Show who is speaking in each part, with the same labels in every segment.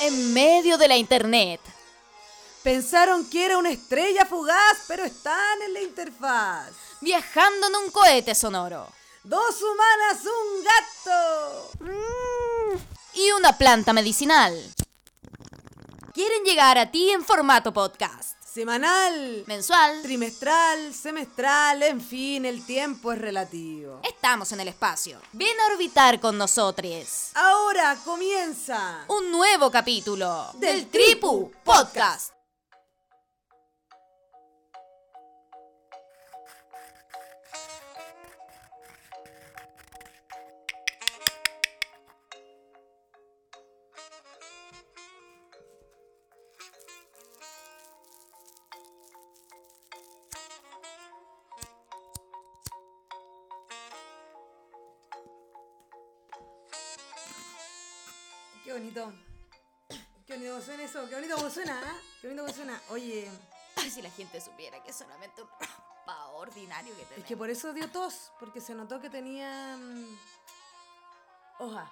Speaker 1: En medio de la internet.
Speaker 2: Pensaron que era una estrella fugaz, pero están en la interfaz.
Speaker 1: Viajando en un cohete sonoro.
Speaker 2: Dos humanas, un gato.
Speaker 1: Y una planta medicinal. Quieren llegar a ti en formato podcast.
Speaker 2: Semanal,
Speaker 1: Mensual.
Speaker 2: trimestral, semestral, en fin, el tiempo es relativo.
Speaker 1: Estamos en el espacio. Ven a orbitar con nosotros.
Speaker 2: Ahora comienza.
Speaker 1: Un nuevo capítulo
Speaker 2: Del
Speaker 1: del Tripu Podcast.
Speaker 2: Qué bonito. Qué bonito como suena eso. Qué bonito como suena, ¿ah? Qué bonito como suena. Oye,
Speaker 1: Ay, si la gente supiera que es solamente un rapa ordinario que
Speaker 2: es que por eso dio tos, porque se notó que tenía mm, hoja.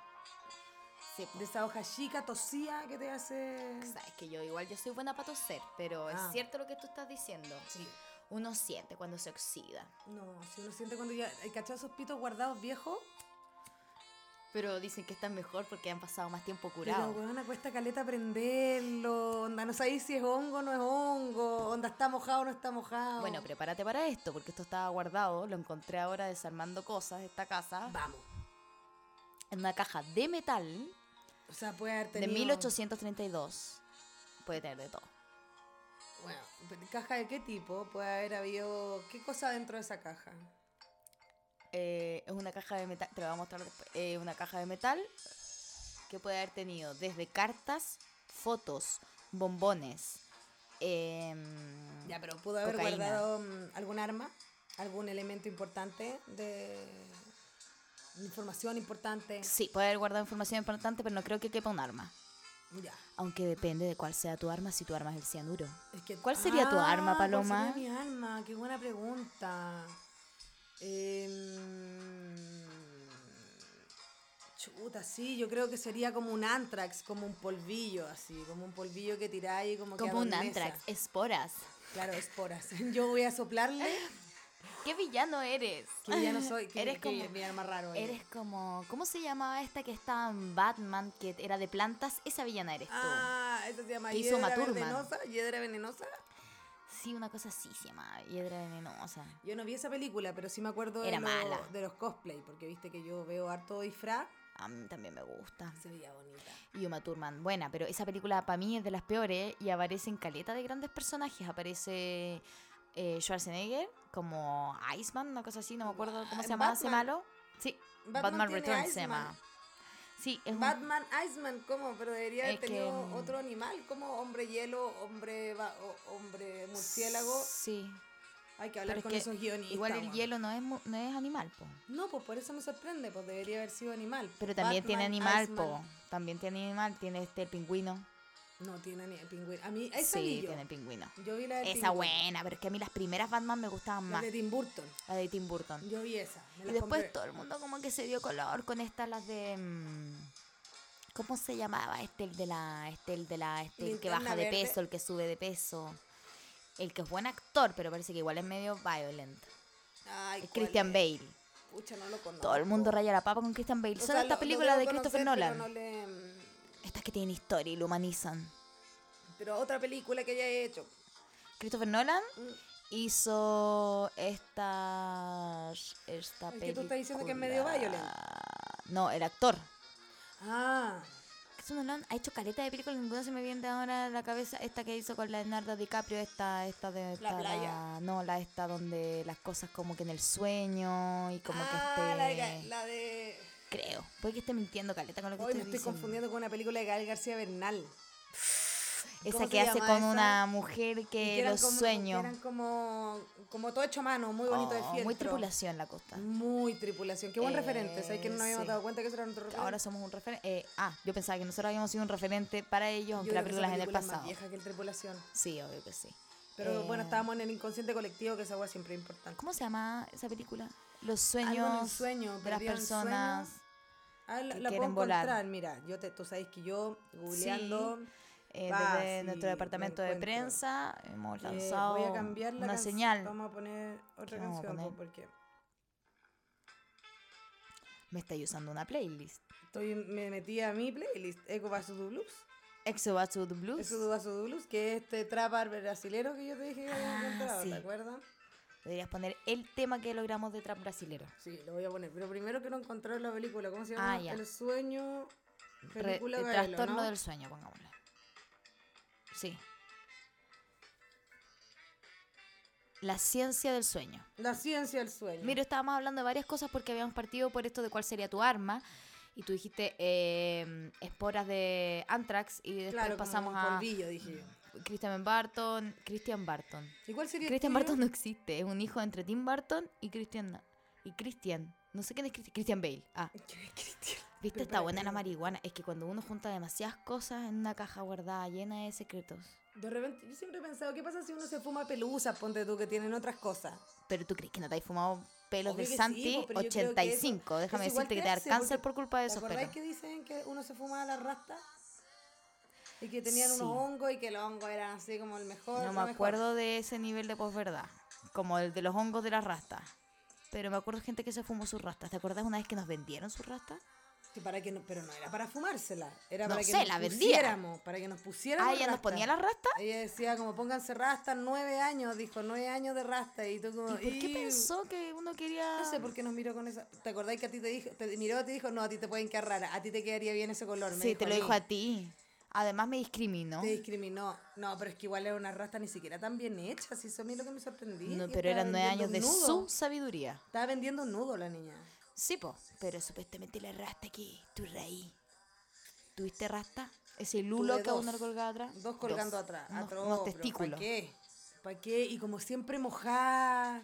Speaker 1: Sí, po.
Speaker 2: De esa hoja chica, tosía, que te hace...
Speaker 1: Sabes que yo igual yo soy buena para toser, pero
Speaker 2: Ah.
Speaker 1: es cierto lo que tú estás diciendo. Uno siente cuando se oxida.
Speaker 2: No, si uno siente cuando ya... ¿Hay cachado esos pitos guardados viejos?
Speaker 1: Pero dicen que están mejor porque han pasado más tiempo
Speaker 2: Pero,
Speaker 1: curado.
Speaker 2: weón, cuesta caleta prenderlo. Onda, no sabéis si es hongo o no es hongo. Onda, está mojado o no está mojado.
Speaker 1: Bueno, prepárate para esto, porque esto estaba guardado. Lo encontré ahora desarmando cosas de esta casa.
Speaker 2: Vamos.
Speaker 1: En una caja de metal
Speaker 2: O sea, puede haber
Speaker 1: de
Speaker 2: tenido...
Speaker 1: 1832. Puede tener de todo.
Speaker 2: Bueno, pero ¿caja de qué tipo? Puede haber habido... ¿Qué cosa dentro de esa caja?
Speaker 1: Eh, es una caja de metal, te la voy a mostrar después. Eh, una caja de metal que puede haber tenido desde cartas, fotos, bombones. em,
Speaker 2: Ya, pero ¿pudo haber
Speaker 1: Cocaína.
Speaker 2: guardado mm, algún arma? ¿Algún elemento importante de... Información importante?
Speaker 1: Sí, puede haber guardado información importante, pero no creo que quepa un arma.
Speaker 2: Ya.
Speaker 1: Aunque depende de cuál sea tu arma, si tu arma es el cianuro.
Speaker 2: Es que-
Speaker 1: ¿Cuál sería tu arma, Paloma?
Speaker 2: Ah, ¿Cuál sería mi arma? Qué buena pregunta. Em, chuta, sí, yo creo que sería como un antrax, como un polvillo, así, como un polvillo que tiráis y como que
Speaker 1: Como un
Speaker 2: adormece.
Speaker 1: antrax, esporas.
Speaker 2: Claro, esporas. Yo voy a soplarle
Speaker 1: ¿Qué villano eres?
Speaker 2: que ya no soy, que,
Speaker 1: Eres
Speaker 2: que
Speaker 1: como-
Speaker 2: mi arma raro. oye.
Speaker 1: Eres como. ¿Cómo se llamaba esta que estaba en Batman, que era de plantas? Esa villana eres tú.
Speaker 2: Ah, esa se llama
Speaker 1: Te hizo
Speaker 2: hiedra
Speaker 1: Maturman.
Speaker 2: venenosa, hiedra venenosa.
Speaker 1: Sí, una cosa así se llamaba, hiedra venenosa.
Speaker 2: Yo no vi esa película, pero sí me acuerdo de,
Speaker 1: Era
Speaker 2: lo-
Speaker 1: mala.
Speaker 2: de los cosplay, porque viste que yo veo harto disfraz.
Speaker 1: A mí también me gusta.
Speaker 2: Se veía bonita.
Speaker 1: Y Uma Thurman, buena, pero esa película para mí es de las peores y aparecen caleta de grandes personajes. Aparece eh, Schwarzenegger como Iceman, una cosa así, no me acuerdo cómo se
Speaker 2: Ba-
Speaker 1: llamaba ese
Speaker 2: Batman.
Speaker 1: malo. Sí,
Speaker 2: Batman
Speaker 1: Batman,
Speaker 2: tiene
Speaker 1: Returns se
Speaker 2: Iceman.
Speaker 1: llama. Sí, es un-
Speaker 2: Batman, Iceman, ¿cómo? Pero debería haber
Speaker 1: Es que,
Speaker 2: tenido
Speaker 1: mm,
Speaker 2: otro animal, como hombre hielo, hombre va- o- hombre murciélago.
Speaker 1: Sí,
Speaker 2: Hay
Speaker 1: pero
Speaker 2: que hablar
Speaker 1: es
Speaker 2: con
Speaker 1: que
Speaker 2: esos guionistas.
Speaker 1: igual el
Speaker 2: weón.
Speaker 1: hielo no es, mu- no es animal, po.
Speaker 2: No, pues por eso me sorprende, pues debería haber sido animal.
Speaker 1: Pero también tiene
Speaker 2: Batman,
Speaker 1: animal,
Speaker 2: Iceman.
Speaker 1: po. También tiene animal, tiene este el pingüino.
Speaker 2: No, tiene ni pingüino. A mí, esa vi
Speaker 1: Sí,
Speaker 2: yo.
Speaker 1: tiene pingüino.
Speaker 2: Yo vi la del
Speaker 1: Esa
Speaker 2: pingüino,
Speaker 1: buena, pero es que a mí las primeras Batman me gustaban
Speaker 2: la
Speaker 1: más.
Speaker 2: de Tim Burton.
Speaker 1: La de Tim Burton.
Speaker 2: Yo vi esa. me
Speaker 1: Y
Speaker 2: las
Speaker 1: después
Speaker 2: compré.
Speaker 1: todo el mundo como que se dio color con estas las de mm, ¿Cómo se llamaba? Este el de la este el de la este el que
Speaker 2: Linterna
Speaker 1: baja de
Speaker 2: verde.
Speaker 1: peso, el que sube de peso. El que es buen actor, pero parece que igual es medio violent.
Speaker 2: Ay,
Speaker 1: Es
Speaker 2: ¿cuál
Speaker 1: Christian
Speaker 2: es?
Speaker 1: Bale.
Speaker 2: Pucha, no lo conozco.
Speaker 1: Todo el mundo raya la papa con Christian Bale.
Speaker 2: O
Speaker 1: Son
Speaker 2: sea,
Speaker 1: estas
Speaker 2: lo- lo
Speaker 1: películas de
Speaker 2: debo
Speaker 1: Christopher
Speaker 2: conocer,
Speaker 1: Nolan.
Speaker 2: Pero, no le-
Speaker 1: Estas que tienen historia y lo humanizan.
Speaker 2: pero otra película que haya hecho.
Speaker 1: Christopher Nolan
Speaker 2: Mm.
Speaker 1: hizo esta esta
Speaker 2: Es que tú estás diciendo que es
Speaker 1: película.
Speaker 2: medio violent.
Speaker 1: No, el actor.
Speaker 2: Ah,
Speaker 1: Christopher Nolan ha hecho caleta de películas, ninguna se me viene de ahora a la cabeza. Esta que hizo con Leonardo DiCaprio, esta, esta de. esta,
Speaker 2: playa.
Speaker 1: no, la esta donde las cosas como que en el sueño y como
Speaker 2: ah, la
Speaker 1: que
Speaker 2: de
Speaker 1: esté.
Speaker 2: Ga- la de...
Speaker 1: Creo. Puede que esté mintiendo caleta con lo que
Speaker 2: Hoy me
Speaker 1: estoy
Speaker 2: estoy
Speaker 1: diciendo.
Speaker 2: confundiendo con una película de Gael García Bernal.
Speaker 1: Esa
Speaker 2: ¿Cómo
Speaker 1: que
Speaker 2: se
Speaker 1: hace
Speaker 2: llama
Speaker 1: con
Speaker 2: esa?
Speaker 1: una mujer
Speaker 2: Y
Speaker 1: que,
Speaker 2: eran
Speaker 1: los
Speaker 2: como-
Speaker 1: sueños.
Speaker 2: que Eran como, como todo hecho a mano, muy bonito de
Speaker 1: Oh,
Speaker 2: fieltro.
Speaker 1: muy tripulación la costa.
Speaker 2: Muy tripulación. Qué buen
Speaker 1: Eh,
Speaker 2: referente. Sabes que no nos habíamos
Speaker 1: sí.
Speaker 2: dado cuenta que eso era nuestro referente.
Speaker 1: Ahora somos un referente. ah, yo pensaba que nosotros habíamos sido un referente para ellos, aunque la película es en el
Speaker 2: más
Speaker 1: pasado.
Speaker 2: vieja que el tripulación.
Speaker 1: Sí, obvio que sí.
Speaker 2: Pero
Speaker 1: Eh,
Speaker 2: bueno, estábamos en el inconsciente colectivo, que esa agua siempre es importante.
Speaker 1: ¿Cómo se llama esa película? Los
Speaker 2: Algo en el
Speaker 1: sueños
Speaker 2: sueño,
Speaker 1: de las
Speaker 2: perdido en el sueño.
Speaker 1: personas.
Speaker 2: Ah, la,
Speaker 1: que
Speaker 2: la puedo
Speaker 1: quieren volar.
Speaker 2: encontrar, mira, yo te, tú sabes que yo googleando...
Speaker 1: Eh,
Speaker 2: Va,
Speaker 1: desde
Speaker 2: Ah, sí,
Speaker 1: nuestro
Speaker 2: lo
Speaker 1: departamento de
Speaker 2: encuentro.
Speaker 1: prensa hemos
Speaker 2: eh,
Speaker 1: lanzado
Speaker 2: voy a cambiar la
Speaker 1: una
Speaker 2: canc-
Speaker 1: señal.
Speaker 2: Vamos a poner otra
Speaker 1: ¿Qué vamos a
Speaker 2: canción po,
Speaker 1: poner?
Speaker 2: porque
Speaker 1: Me estáis usando una playlist.
Speaker 2: estoy, me metí a mi playlist, Eco Vaso du Blues.
Speaker 1: Exodus to the Blues.
Speaker 2: Eco Vaso du Blues, que es este trapar brasilero que yo te dije que había
Speaker 1: Ah,
Speaker 2: encontrado,
Speaker 1: sí.
Speaker 2: ¿te acuerdas?
Speaker 1: Deberías poner el tema que logramos de trap brasilero.
Speaker 2: Sí, lo voy a poner. Pero primero quiero encontrar la película. ¿Cómo se llama?
Speaker 1: Ah, ya.
Speaker 2: El sueño.
Speaker 1: Re-
Speaker 2: Película
Speaker 1: el
Speaker 2: Gaelo,
Speaker 1: trastorno
Speaker 2: ¿no?
Speaker 1: del sueño, pongámosle. Sí. La ciencia del sueño.
Speaker 2: La ciencia del sueño.
Speaker 1: Mira, estábamos hablando de varias cosas porque habíamos partido por esto de cuál sería tu arma. Y tú dijiste eh, esporas de Anthrax y después
Speaker 2: claro,
Speaker 1: pasamos
Speaker 2: como un
Speaker 1: a
Speaker 2: polvillo, dije yo.
Speaker 1: Christian Barton. Christian Barton.
Speaker 2: ¿Y cuál sería el
Speaker 1: Christian
Speaker 2: tuyo?
Speaker 1: Barton no existe, es un hijo entre Tim Barton y Christian. Y Christian. No sé quién es Christian. Christian Bale. Ah,
Speaker 2: Cristian.
Speaker 1: viste,
Speaker 2: Pero
Speaker 1: está
Speaker 2: para
Speaker 1: buena
Speaker 2: qué
Speaker 1: la
Speaker 2: no.
Speaker 1: marihuana. Es que cuando uno junta demasiadas cosas en una caja guardada llena de secretos.
Speaker 2: De repente, yo siempre he pensado, ¿qué pasa si uno se fuma pelusas, ponte tú, que tienen otras cosas?
Speaker 1: Pero tú crees que no te has fumado pelos de
Speaker 2: Obvio que sí,
Speaker 1: Santi
Speaker 2: po, pero yo creo que eso-
Speaker 1: 85. Déjame
Speaker 2: eso igual
Speaker 1: decirte que te da
Speaker 2: crece,
Speaker 1: cáncer
Speaker 2: porque-
Speaker 1: por culpa de
Speaker 2: ¿Te
Speaker 1: esos
Speaker 2: acordás
Speaker 1: pelos.
Speaker 2: que dicen que uno se fumaba la rasta? Y que tenían
Speaker 1: Sí.
Speaker 2: unos hongos y que los hongos eran así como el mejor.
Speaker 1: No
Speaker 2: lo
Speaker 1: me
Speaker 2: mejor.
Speaker 1: acuerdo de ese nivel de posverdad. Como el de los hongos de las rastas. Pero me acuerdo gente que se fumó sus rastas. ¿Te acuerdas una vez que nos vendieron sus rastas?
Speaker 2: Que para que no, pero no era para fumársela, era
Speaker 1: No
Speaker 2: para que
Speaker 1: sé,
Speaker 2: nos
Speaker 1: la vendía.
Speaker 2: pusiéramos, para que nos pusiéramos
Speaker 1: Ah, ella nos ponía la rasta.
Speaker 2: Ella decía como pónganse rasta, nueve años, dijo, nueve años de rasta. Y tú como,
Speaker 1: ¿Y por qué
Speaker 2: "Iu".
Speaker 1: pensó que uno quería.?
Speaker 2: No sé por qué nos miró con esa. ¿Te acordás que a ti te dijo, te miró y te dijo, no, a ti te pueden quedar rara, a ti te quedaría bien ese color? me
Speaker 1: Sí, te lo dijo
Speaker 2: mí.
Speaker 1: a ti. Además me discriminó.
Speaker 2: Te discriminó. No, pero es que igual era una rasta ni siquiera tan bien hecha, si eso a mí es lo que me sorprendía.
Speaker 1: No, pero eran nueve años de su sabiduría.
Speaker 2: Estaba vendiendo un nudo la niña.
Speaker 1: Sí, po. Pero supuestamente la rasta aquí, tu raíz. ¿Tuviste rasta? Ese lulo
Speaker 2: Tuve
Speaker 1: que a uno
Speaker 2: dos.
Speaker 1: le colgaba atrás.
Speaker 2: Dos colgando
Speaker 1: Dos.
Speaker 2: atrás.
Speaker 1: Unos,
Speaker 2: atroz,
Speaker 1: unos
Speaker 2: pero
Speaker 1: testículos.
Speaker 2: ¿Para qué? ¿Para qué? Y como siempre mojada.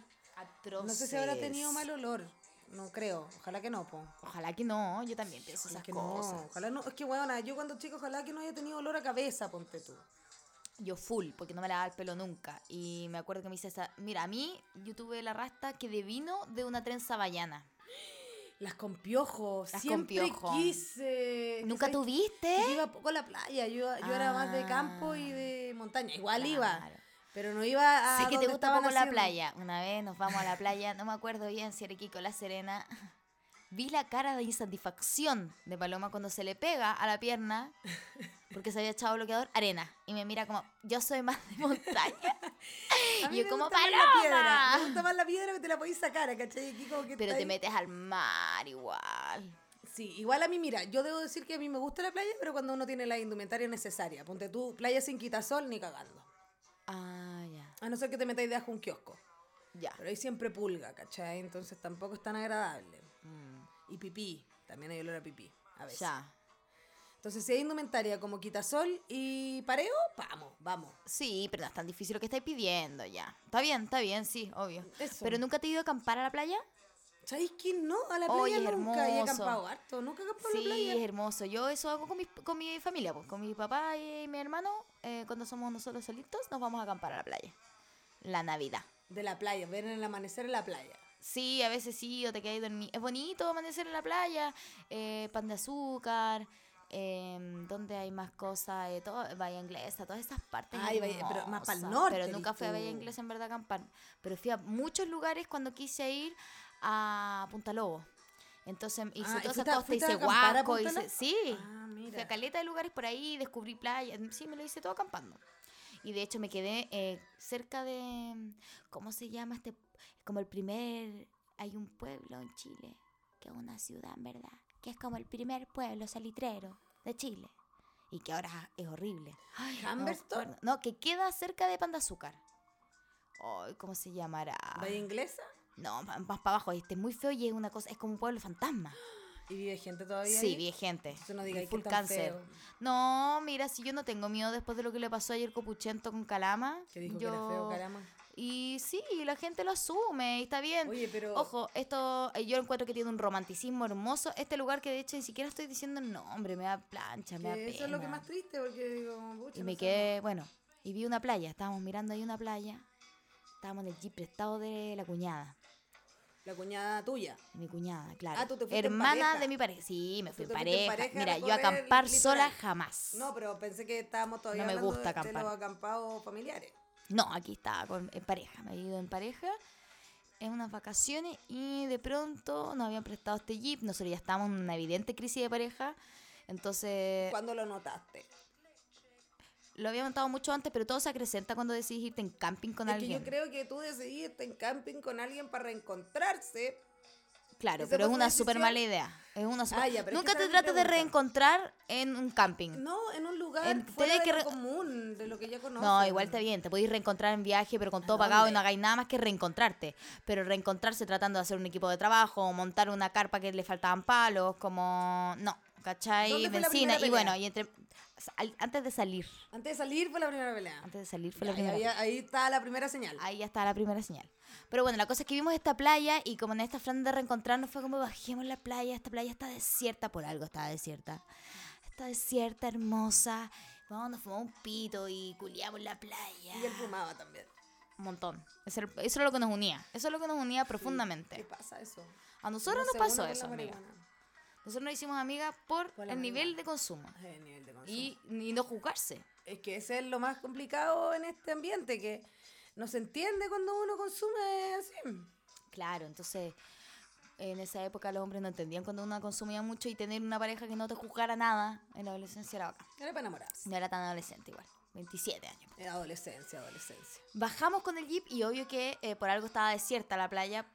Speaker 2: No sé si habrá tenido
Speaker 1: Atroces.
Speaker 2: mal olor. No creo. Ojalá que no, po.
Speaker 1: Ojalá que no, yo también pienso
Speaker 2: Ojalá
Speaker 1: esas
Speaker 2: que
Speaker 1: cosas.
Speaker 2: no. Ojalá no. Es que, weona, yo cuando chico, ojalá que no haya tenido olor a cabeza, ponte tú.
Speaker 1: Yo full, porque no me lavaba el pelo nunca. Y me acuerdo que me hice esa... Mira, a mí yo tuve la rasta que devino de una trenza vallana.
Speaker 2: Las con piojos.
Speaker 1: Las con
Speaker 2: siempre
Speaker 1: piojo.
Speaker 2: quise.
Speaker 1: ¿Nunca
Speaker 2: ¿Sabes
Speaker 1: tuviste?
Speaker 2: Yo Pues iba poco a la playa, yo, yo era más de campo y de montaña. Igual iba,
Speaker 1: Ah. Claro.
Speaker 2: pero no iba a.
Speaker 1: Sé que te
Speaker 2: donde
Speaker 1: gusta
Speaker 2: estaban
Speaker 1: poco la
Speaker 2: Ah, haciendo.
Speaker 1: playa. Una vez nos vamos a la playa, no me acuerdo bien si era aquí con la Serena. Vi la cara de insatisfacción de Paloma cuando se le pega a la pierna porque se había echado bloqueador arena. Y me mira como, yo soy más de montaña.
Speaker 2: A mí
Speaker 1: Yo
Speaker 2: me
Speaker 1: como
Speaker 2: gusta más la piedra,
Speaker 1: paloma.
Speaker 2: Me gusta más la piedra que te la podéis sacar, ¿cachai? Aquí como que
Speaker 1: Pero
Speaker 2: está
Speaker 1: te
Speaker 2: ahí.
Speaker 1: metes al mar igual.
Speaker 2: Sí, igual a mí, mira, yo debo decir que a mí me gusta la playa, pero cuando uno tiene la indumentaria necesaria. Ponte tú, playa sin quitasol ni cagando.
Speaker 1: Ah, ya.
Speaker 2: A no ser que te metáis debajo un kiosco.
Speaker 1: Ya.
Speaker 2: Pero hay siempre pulga, ¿cachai? Entonces tampoco es tan agradable.
Speaker 1: Mm,
Speaker 2: Y pipí, también hay olor a pipí. A veces.
Speaker 1: ya.
Speaker 2: Entonces, si hay indumentaria como quitasol y pareo, vamos, vamos.
Speaker 1: Sí, pero no es tan difícil lo que estáis pidiendo ya. Está bien, está bien, sí, obvio.
Speaker 2: Eso.
Speaker 1: Pero nunca te he ido a acampar a la playa.
Speaker 2: ¿Sabéis que no? A la
Speaker 1: Oye,
Speaker 2: playa
Speaker 1: es
Speaker 2: nunca. Y he
Speaker 1: hermoso.
Speaker 2: acampado harto. Nunca he acampado en
Speaker 1: Sí,
Speaker 2: la
Speaker 1: es
Speaker 2: playa.
Speaker 1: hermoso. Yo eso hago con mi, con mi familia, pues, con mi papá y mi hermano. eh, cuando somos nosotros solitos, nos vamos a acampar a la playa. La Navidad.
Speaker 2: De la playa, ver el amanecer en la playa.
Speaker 1: Sí, a veces sí, o te quedas dormido. Es bonito amanecer en la playa, eh, pan de azúcar, em, donde hay más cosas, eh, todo, Bahía Inglesa, todas esas partes.
Speaker 2: Ay, Bahía- pero más pa'l
Speaker 1: hermosas.
Speaker 2: norte,
Speaker 1: Pero nunca
Speaker 2: di
Speaker 1: fui a Bahía
Speaker 2: tú.
Speaker 1: Inglesa en verdad a acampar. Pero fui a muchos lugares cuando quise ir a Punta Lobo. Entonces hice
Speaker 2: Ah, ¿y
Speaker 1: toda esa
Speaker 2: fuiste a-
Speaker 1: costa,
Speaker 2: fuiste a
Speaker 1: hice
Speaker 2: acampar a
Speaker 1: Huaco,
Speaker 2: Punta
Speaker 1: hice.
Speaker 2: Lobo?
Speaker 1: Sí.
Speaker 2: Ah,
Speaker 1: Fui a
Speaker 2: mira.
Speaker 1: caleta de lugares por ahí, descubrí playas. Sí, me lo hice todo acampando. Y de hecho me quedé eh, cerca de. ¿Cómo se llama este? Como el primer. Hay un pueblo en Chile, que es una ciudad en verdad, que es como el primer pueblo salitrero de Chile. Y que ahora es horrible. Ay, no me
Speaker 2: ¿Humberston?
Speaker 1: acuerdo. No, que queda cerca de Pan de Azúcar. Ay, ¿cómo se llamará?
Speaker 2: Bahía inglesa.
Speaker 1: No, más para abajo. Este es muy feo y es una cosa. Es como un pueblo fantasma.
Speaker 2: Y vive gente todavía.
Speaker 1: Sí,
Speaker 2: ahí?
Speaker 1: vi gente.
Speaker 2: Entonces no digáis que
Speaker 1: full
Speaker 2: es tan
Speaker 1: cáncer.
Speaker 2: feo.
Speaker 1: No, mira, si yo no tengo miedo después de lo que le pasó ayer Copuchento con Calama.
Speaker 2: Que dijo
Speaker 1: yo...
Speaker 2: que era feo, caramba.
Speaker 1: Y sí, la gente lo asume y está bien.
Speaker 2: Oye, pero.
Speaker 1: em, Ojo, esto eh, yo encuentro que tiene un romanticismo hermoso. Este lugar que de hecho ni siquiera estoy diciendo el nombre, me da plancha,
Speaker 2: que
Speaker 1: me da
Speaker 2: eso es lo que
Speaker 1: pena.
Speaker 2: más triste porque digo, pucha,
Speaker 1: Y
Speaker 2: no
Speaker 1: me
Speaker 2: sé,
Speaker 1: quedé, bueno, y vi una playa, estábamos mirando ahí una playa, estábamos en el jeep prestado de la cuñada.
Speaker 2: no. La cuñada tuya.
Speaker 1: Mi cuñada, claro.
Speaker 2: Ah, tú te fuiste en
Speaker 1: Hermana
Speaker 2: pareja.
Speaker 1: de mi pareja. Sí, me
Speaker 2: Tú
Speaker 1: fui en
Speaker 2: te fuiste en
Speaker 1: pareja.
Speaker 2: pareja a
Speaker 1: Mira, yo
Speaker 2: recorrer
Speaker 1: acampar
Speaker 2: litoral.
Speaker 1: sola jamás.
Speaker 2: No, pero pensé que estábamos todavía
Speaker 1: No me
Speaker 2: hablando
Speaker 1: gusta
Speaker 2: de- de, los
Speaker 1: acampar.
Speaker 2: ampados familiares.
Speaker 1: No, aquí estaba con, en pareja, me he ido en pareja en unas vacaciones y de pronto nos habían prestado este jeep, nosotros ya estábamos en una evidente crisis de pareja, entonces
Speaker 2: ¿Cuándo lo notaste?
Speaker 1: lo había montado mucho antes, pero todo se acrecenta cuando decidís irte en camping con
Speaker 2: es
Speaker 1: alguien.
Speaker 2: que yo creo que tú decidiste en camping con alguien para reencontrarse.
Speaker 1: claro,
Speaker 2: esa
Speaker 1: pero es
Speaker 2: fue
Speaker 1: una
Speaker 2: una
Speaker 1: súper
Speaker 2: decisión-
Speaker 1: mala idea. Es una super-
Speaker 2: Ah, ya, pero es
Speaker 1: Nunca
Speaker 2: que
Speaker 1: te
Speaker 2: esa es mi
Speaker 1: trates de
Speaker 2: pregunta.
Speaker 1: reencontrar en un camping.
Speaker 2: No, en un lugar
Speaker 1: En-
Speaker 2: fuera
Speaker 1: tenés
Speaker 2: de
Speaker 1: que
Speaker 2: lo
Speaker 1: re-
Speaker 2: común, de lo que ya conoces.
Speaker 1: No, igual está bien, te podéis reencontrar en viaje, pero con todo pagado y no
Speaker 2: dónde?
Speaker 1: hagáis nada más que reencontrarte. Pero reencontrarse tratando de hacer un equipo de trabajo, o montar una carpa que le faltaban palos, como. No, ¿cachai?
Speaker 2: ¿Dónde fue la
Speaker 1: Benzina.
Speaker 2: primera
Speaker 1: Y
Speaker 2: pelea?
Speaker 1: bueno, y entre. al- Antes de salir,
Speaker 2: Antes de salir fue la primera pelea.
Speaker 1: antes de salir fue la
Speaker 2: Ya,
Speaker 1: primera. Ah,
Speaker 2: ahí, ahí está la primera señal.
Speaker 1: Ahí ya está la primera señal. Pero bueno, la cosa es que vimos esta playa y como en esta plan de reencontrarnos fue como bajemos la playa, esta playa está desierta, por algo está desierta. Está desierta, hermosa. Vamos, nos fumamos un pito y culiamos la playa.
Speaker 2: Y él fumaba también.
Speaker 1: Un montón. Eso era, eso era lo que nos unía. Eso es lo que nos unía
Speaker 2: ¿Qué
Speaker 1: profundamente.
Speaker 2: pasa eso?
Speaker 1: A nosotros
Speaker 2: No
Speaker 1: nos
Speaker 2: se
Speaker 1: pasó
Speaker 2: une con
Speaker 1: eso,
Speaker 2: la
Speaker 1: amiga.
Speaker 2: marihuana.
Speaker 1: Nosotros nos hicimos amigas por
Speaker 2: Por la
Speaker 1: el nivel
Speaker 2: marihuana.
Speaker 1: de consumo.
Speaker 2: Es el nivel de consumo.
Speaker 1: Y, y no juzgarse.
Speaker 2: Es que ese es lo más complicado en este ambiente, que no se entiende cuando uno consume así.
Speaker 1: Claro, entonces en esa época los hombres no entendían cuando uno consumía mucho y tener una pareja que no te juzgara nada en la adolescencia era bacán.
Speaker 2: Era para enamorarse.
Speaker 1: No era tan adolescente igual. 27 años.
Speaker 2: Eh, Adolescencia, adolescencia.
Speaker 1: Bajamos con el jeep y obvio que eh, por algo estaba desierta la playa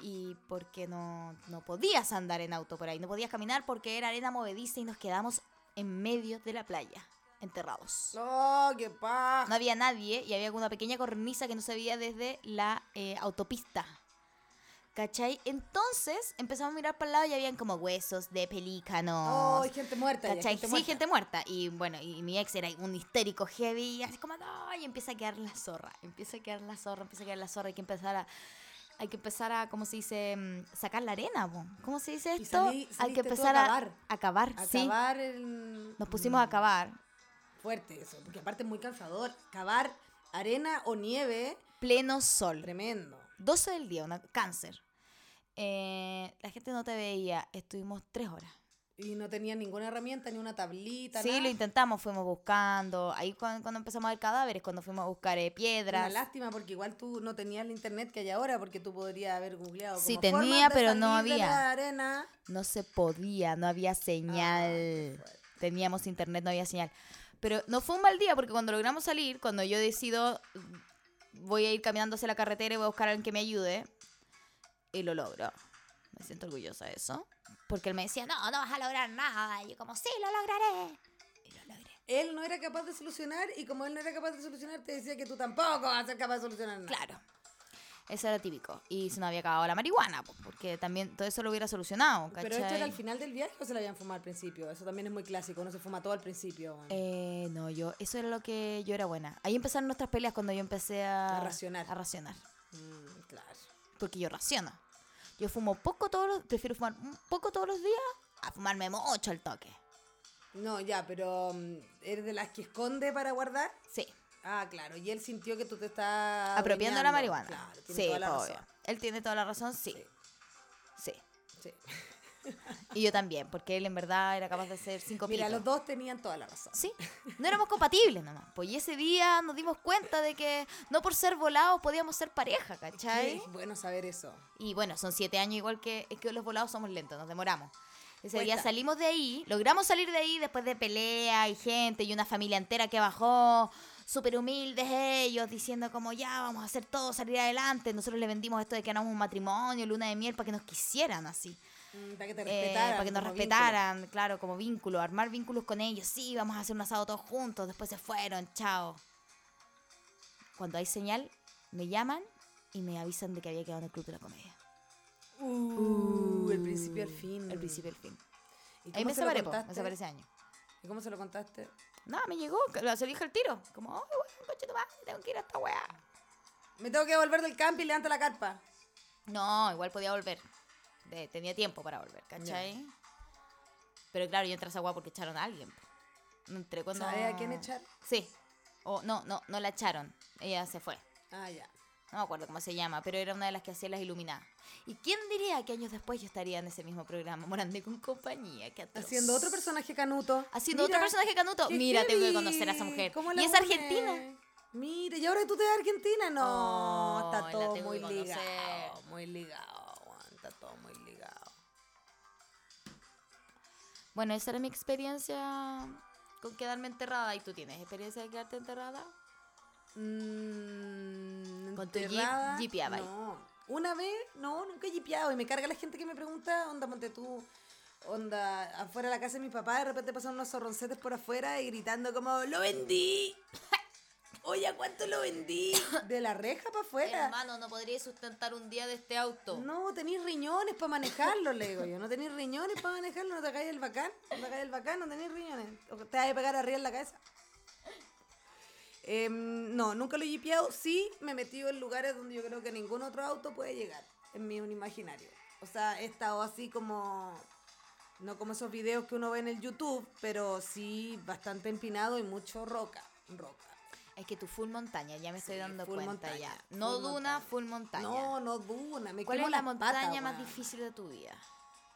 Speaker 1: y porque no, no podías andar en auto por ahí, no podías caminar porque era arena movediza y nos quedamos en medio de la playa, enterrados.
Speaker 2: ¡Oh, qué paja!
Speaker 1: No había nadie y había una pequeña cornisa que no se veía desde la eh, autopista. ¿Cachai? Entonces empezamos a mirar para el lado y habían como huesos de
Speaker 2: ¡Oh,
Speaker 1: pelícanos.
Speaker 2: hay gente muerta! ya,
Speaker 1: ¿Cachai?
Speaker 2: gente
Speaker 1: sí,
Speaker 2: muerta.
Speaker 1: gente muerta. Y bueno, y mi ex era un histérico heavy, y así como, no, y empieza a quedar la zorra, empieza a quedar la zorra, empieza a quedar la zorra, hay que empezar a, hay que empezar a, ¿cómo se dice? Mm, Sacar la arena, po. ¿cómo se dice
Speaker 2: Y
Speaker 1: esto?
Speaker 2: salí-
Speaker 1: hay que
Speaker 2: saliste tú a
Speaker 1: empezar a
Speaker 2: cavar. Mm.
Speaker 1: acabar, sí.
Speaker 2: Acabar el...
Speaker 1: Nos pusimos a cavar,
Speaker 2: Fuerte eso, porque aparte es muy cansador. Cavar arena o nieve,
Speaker 1: pleno sol,
Speaker 2: tremendo.
Speaker 1: 12 del día, una, cáncer. Eh, la gente no te veía, estuvimos tres horas.
Speaker 2: Y no tenía ninguna herramienta, ni una tablita,
Speaker 1: Sí,
Speaker 2: nada.
Speaker 1: lo intentamos, fuimos buscando. Ahí cuando, cuando empezamos a ver cadáveres, cuando fuimos a buscar eh,
Speaker 2: Una
Speaker 1: piedras.
Speaker 2: lástima porque igual tú no tenías el internet que hay ahora porque tú podrías haber googleado.
Speaker 1: Sí,
Speaker 2: como
Speaker 1: tenía,
Speaker 2: formas de
Speaker 1: pero no
Speaker 2: salir de
Speaker 1: había.
Speaker 2: la arena.
Speaker 1: no se podía, no había
Speaker 2: Ah, qué
Speaker 1: señal.
Speaker 2: fuerte.
Speaker 1: Teníamos internet, no había señal. Pero no fue un mal día porque cuando logramos salir, cuando yo decido mm, voy a ir caminando hacia la carretera y voy a buscar a alguien que me ayude, y lo logro. Me siento orgullosa de eso. Porque él me decía, no, no vas a lograr nada. Y yo como, sí, lo lograré. Y lo logré.
Speaker 2: Él no era capaz de solucionar y como él no era capaz de solucionar, te decía que tú tampoco vas a ser capaz de solucionar nada.
Speaker 1: Claro. Eso era típico. Y se nos había acabado la marihuana, po, porque también todo eso lo hubiera solucionado. ¿cachai?
Speaker 2: Pero esto era al final del viaje o se la habían fumado al principio. Eso también es muy clásico, no se fuma todo al principio. bueno.
Speaker 1: Eh, no, yo, eso era lo que yo era buena. Ahí empezaron nuestras peleas cuando yo empecé a,
Speaker 2: A racionar.
Speaker 1: A racionar.
Speaker 2: Mm, claro.
Speaker 1: Porque yo raciono. Yo fumo poco todos los, prefiero fumar un poco todos los días a fumarme mucho al toque.
Speaker 2: No, ya, pero mm, ¿eres de las que esconde para guardar?
Speaker 1: Sí.
Speaker 2: Ah, claro. Y él sintió que tú te estás...
Speaker 1: Apropiando la
Speaker 2: adueñando.
Speaker 1: marihuana.
Speaker 2: Ah, Claro, tiene
Speaker 1: sí,
Speaker 2: toda la
Speaker 1: obvio.
Speaker 2: razón.
Speaker 1: Él tiene toda la razón, sí. Sí.
Speaker 2: Sí.
Speaker 1: Y yo también, porque él en verdad era capaz de hacer cinco
Speaker 2: Mira,
Speaker 1: pitos.
Speaker 2: los dos tenían toda la razón.
Speaker 1: Sí, no éramos compatibles nomás. Pues y ese día nos dimos cuenta de que no por ser volados podíamos ser pareja, ¿cachai?
Speaker 2: Es bueno saber eso.
Speaker 1: Y bueno, son siete años igual que, es que los volados somos lentos, nos demoramos. Ese día
Speaker 2: Cuesta.
Speaker 1: salimos de ahí, logramos salir de ahí después de pelea y gente y una familia entera que bajó, súper humildes ellos, diciendo como ya vamos a hacer todo, salir adelante. Nosotros les vendimos esto de que éramos un matrimonio, luna de miel, para que nos quisieran así.
Speaker 2: Mm, Para que te
Speaker 1: Eh,
Speaker 2: respetaran.
Speaker 1: para que nos
Speaker 2: como
Speaker 1: respetaran, claro, como vínculo, armar vínculos con ellos. Sí, vamos a hacer un asado todos juntos, después se fueron, chao. Cuando hay señal, me llaman y me avisan de que había quedado en el club de la comedia.
Speaker 2: vínculo. Uh, el principio al fin.
Speaker 1: El principio al fin.
Speaker 2: ¿Y
Speaker 1: Ahí
Speaker 2: cómo
Speaker 1: me
Speaker 2: se lo
Speaker 1: separé, po, me
Speaker 2: contaste?
Speaker 1: separé ese año.
Speaker 2: ¿Y cómo se lo contaste?
Speaker 1: No, me llegó, que- la- se lo dije al tiro. Como, oh, weón, coche tu madre, tengo que ir a esta weá.
Speaker 2: Me tengo que volver del campo y levanto la carpa.
Speaker 1: No, igual podía volver. De- tenía tiempo para volver, ¿cachai? Pero claro, yo entré a esa weá porque echaron a alguien. po. No entré cuando...
Speaker 2: ¿Sabes a quién echar?
Speaker 1: Sí. O no, no, no la echaron. Ella se fue.
Speaker 2: Ah, ya.
Speaker 1: No me acuerdo cómo se llama, pero era una de las que hacía las iluminadas. ¿Y quién diría que años después yo estaría en ese mismo programa, morando con compañía? Qué atroz.
Speaker 2: Haciendo otro personaje canuto.
Speaker 1: Haciendo
Speaker 2: Mira,
Speaker 1: otro personaje canuto.
Speaker 2: qué
Speaker 1: Mira, tengo que
Speaker 2: heavy.
Speaker 1: conocer a esa mujer.
Speaker 2: ¿Cómo
Speaker 1: Y
Speaker 2: la
Speaker 1: es
Speaker 2: une?
Speaker 1: argentina.
Speaker 2: Mira, y ahora tú te vas a Argentina. No,
Speaker 1: Oh, la
Speaker 2: está todo
Speaker 1: tengo
Speaker 2: muy
Speaker 1: que conocer.
Speaker 2: ligado. Muy ligado, Juan, está todo muy ligado.
Speaker 1: Bueno, esa era mi experiencia con quedarme enterrada. ¿Y tú tienes experiencia de quedarte enterrada?
Speaker 2: Mm,
Speaker 1: Con tu jeep,
Speaker 2: enterrada,
Speaker 1: jeepeaba ahí.
Speaker 2: No, una vez, no, nunca he jeepeado. Y me carga la gente que me pregunta, onda, ponte tú, onda, afuera de la casa de mi papá, de repente pasan unos zorroncetes por afuera y gritando como, ¡lo vendí! Oye, ¿a cuánto lo vendí? De la reja para afuera.
Speaker 1: Hermano, no podría sustentar un día de este auto.
Speaker 2: Eh. No, tenéis riñones para manejarlo, le digo yo. No tenéis riñones para manejarlo, no te hagáis el bacán. No te hagáis el bacán, no tenéis riñones. O te vas a pegar arriba en la cabeza. Em, no, nunca lo he jipeado. Sí, me he metido en lugares donde yo creo que ningún otro auto puede llegar. En mi un imaginario. O sea, he estado así como. No como esos videos que uno ve en el YouTube, pero sí bastante empinado y mucho roca. Roca.
Speaker 1: Es que tú full montaña, ya me estoy
Speaker 2: Sí,
Speaker 1: dando
Speaker 2: full
Speaker 1: cuenta
Speaker 2: montaña,
Speaker 1: ya.
Speaker 2: full
Speaker 1: No duna,
Speaker 2: montaña.
Speaker 1: full montaña.
Speaker 2: No, no duna. Me
Speaker 1: ¿Cuál
Speaker 2: quemo
Speaker 1: es la
Speaker 2: las patas,
Speaker 1: montaña más
Speaker 2: weón.
Speaker 1: difícil de tu vida?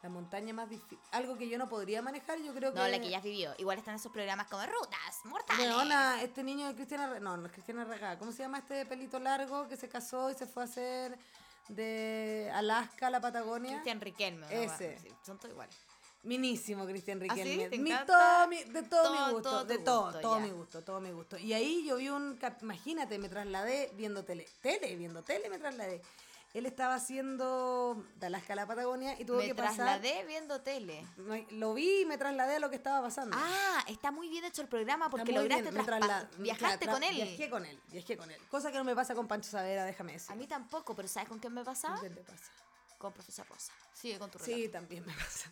Speaker 2: La montaña más difícil. Algo que yo no podría manejar, yo creo que.
Speaker 1: No, la que ya has vivido. Igual están esos programas como Rutas Mortales.
Speaker 2: Weona, este niño de Cristiana. Re- No, no es Cristiana Regada. ¿Cómo se llama este pelito largo que se casó y se fue a hacer de Alaska a la Patagonia?
Speaker 1: Cristian Riquelme. una
Speaker 2: Ese.
Speaker 1: weá, sí, Son todos iguales.
Speaker 2: Minísimo, Cristian Riquelme.
Speaker 1: ¿Ah, sí? ¿Te
Speaker 2: Mi-
Speaker 1: encanta?
Speaker 2: todo mi- de todo,
Speaker 1: Todo-
Speaker 2: mi gusto,
Speaker 1: todo
Speaker 2: de
Speaker 1: tu
Speaker 2: todo,
Speaker 1: gusto,
Speaker 2: todo
Speaker 1: ya.
Speaker 2: mi gusto, todo mi gusto. Y ahí yo vi un, cap- imagínate, me trasladé viendo tele, tele, viendo tele, me trasladé. Él estaba haciendo de Alaska a la Patagonia y tuvo
Speaker 1: Me
Speaker 2: que pasar.
Speaker 1: trasladé viendo tele.
Speaker 2: Me- Lo vi y me trasladé a lo que estaba pasando.
Speaker 1: Ah, está muy bien hecho el programa
Speaker 2: Mm. Está
Speaker 1: porque
Speaker 2: muy
Speaker 1: lograste
Speaker 2: bien, me
Speaker 1: traspa-
Speaker 2: trasla-
Speaker 1: Viajaste
Speaker 2: tra-
Speaker 1: con él.
Speaker 2: Viajé con él, viajé con él. Cosa que no me pasa con Pancho Savera, déjame decir.
Speaker 1: A mí tampoco, pero ¿sabes con quién me pasaba?
Speaker 2: ¿Qué te pasa?
Speaker 1: Con profesor Rosa. Sigue con tu
Speaker 2: Sí,
Speaker 1: relato.
Speaker 2: también me pasa.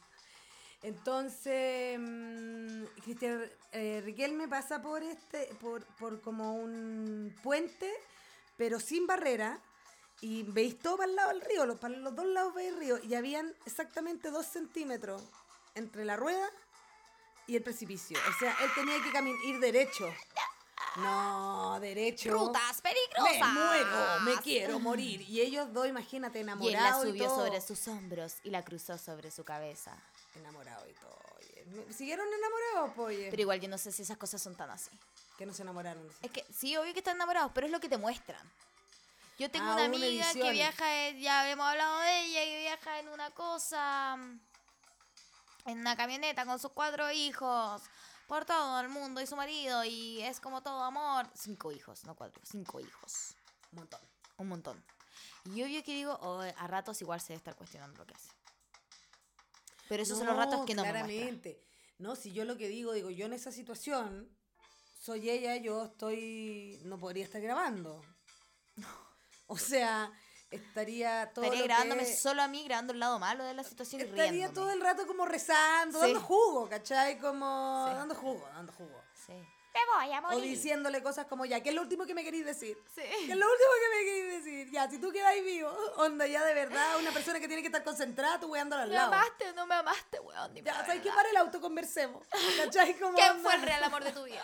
Speaker 2: Entonces, mm, Cristian eh, Riquelme pasa por este, por, por como un puente, pero sin barrera. Y veis todo para el lado del río, los, para los dos lados veis río. Y habían exactamente dos centímetros entre la rueda y el precipicio. O sea, él tenía que caminar, ir derecho. No, derecho.
Speaker 1: Rutas
Speaker 2: Me
Speaker 1: peligrosas.
Speaker 2: muero, me quiero morir. Y ellos dos, imagínate,
Speaker 1: Y él la
Speaker 2: enamorados.
Speaker 1: subió
Speaker 2: todo.
Speaker 1: sobre sus hombros y la cruzó sobre su cabeza.
Speaker 2: Enamorado y todo. oye. Me- ¿Siguieron enamorados, poye?
Speaker 1: Pero igual yo no sé si esas cosas son tan así.
Speaker 2: Que no se enamoraron. dice.
Speaker 1: Es que sí, obvio que están enamorados, pero es lo que te muestran. Yo tengo
Speaker 2: Ah,
Speaker 1: una
Speaker 2: una
Speaker 1: amiga que
Speaker 2: edición.
Speaker 1: viaja, en- ya hemos hablado de ella, que viaja en una cosa, mm, en una camioneta con sus cuatro hijos, por todo el mundo y su marido, y es como todo amor. Cinco hijos, no cuatro, cinco hijos.
Speaker 2: Un montón.
Speaker 1: Un montón. Y obvio que digo, "Oh, a ratos igual se debe estar cuestionando lo que hace. Pero esos son los ratos que no me muestran.
Speaker 2: Claramente. No, si yo lo que digo, digo, yo en esa situación soy ella, yo estoy. No podría estar grabando. O sea, estaría todo.
Speaker 1: Estaría
Speaker 2: lo
Speaker 1: grabándome
Speaker 2: que-
Speaker 1: solo a mí, grabando el lado malo de la situación y
Speaker 2: Estaría
Speaker 1: riéndome.
Speaker 2: todo el rato como rezando,
Speaker 1: Sí.
Speaker 2: dando jugo, ¿cachai? Como.
Speaker 1: Sí.
Speaker 2: Dando jugo, dando jugo.
Speaker 1: Sí. Te voy a
Speaker 2: O
Speaker 1: morir.
Speaker 2: diciéndole cosas como ya, ¿qué es lo último que me queréis decir?
Speaker 1: Sí.
Speaker 2: Que es lo último que me queréis decir. Ya, si tú quedáis vivo, onda, ya de verdad, una persona que tiene que estar concentrada, tú weando al
Speaker 1: ¿Me
Speaker 2: lado.
Speaker 1: amaste o no me amaste, weón? Dime
Speaker 2: Ya,
Speaker 1: la
Speaker 2: ¿sabes qué?
Speaker 1: verdad.
Speaker 2: Para el auto, conversemos. ¿Cachai? Como
Speaker 1: ¿Quién
Speaker 2: onda-
Speaker 1: fue el real amor de tu vida?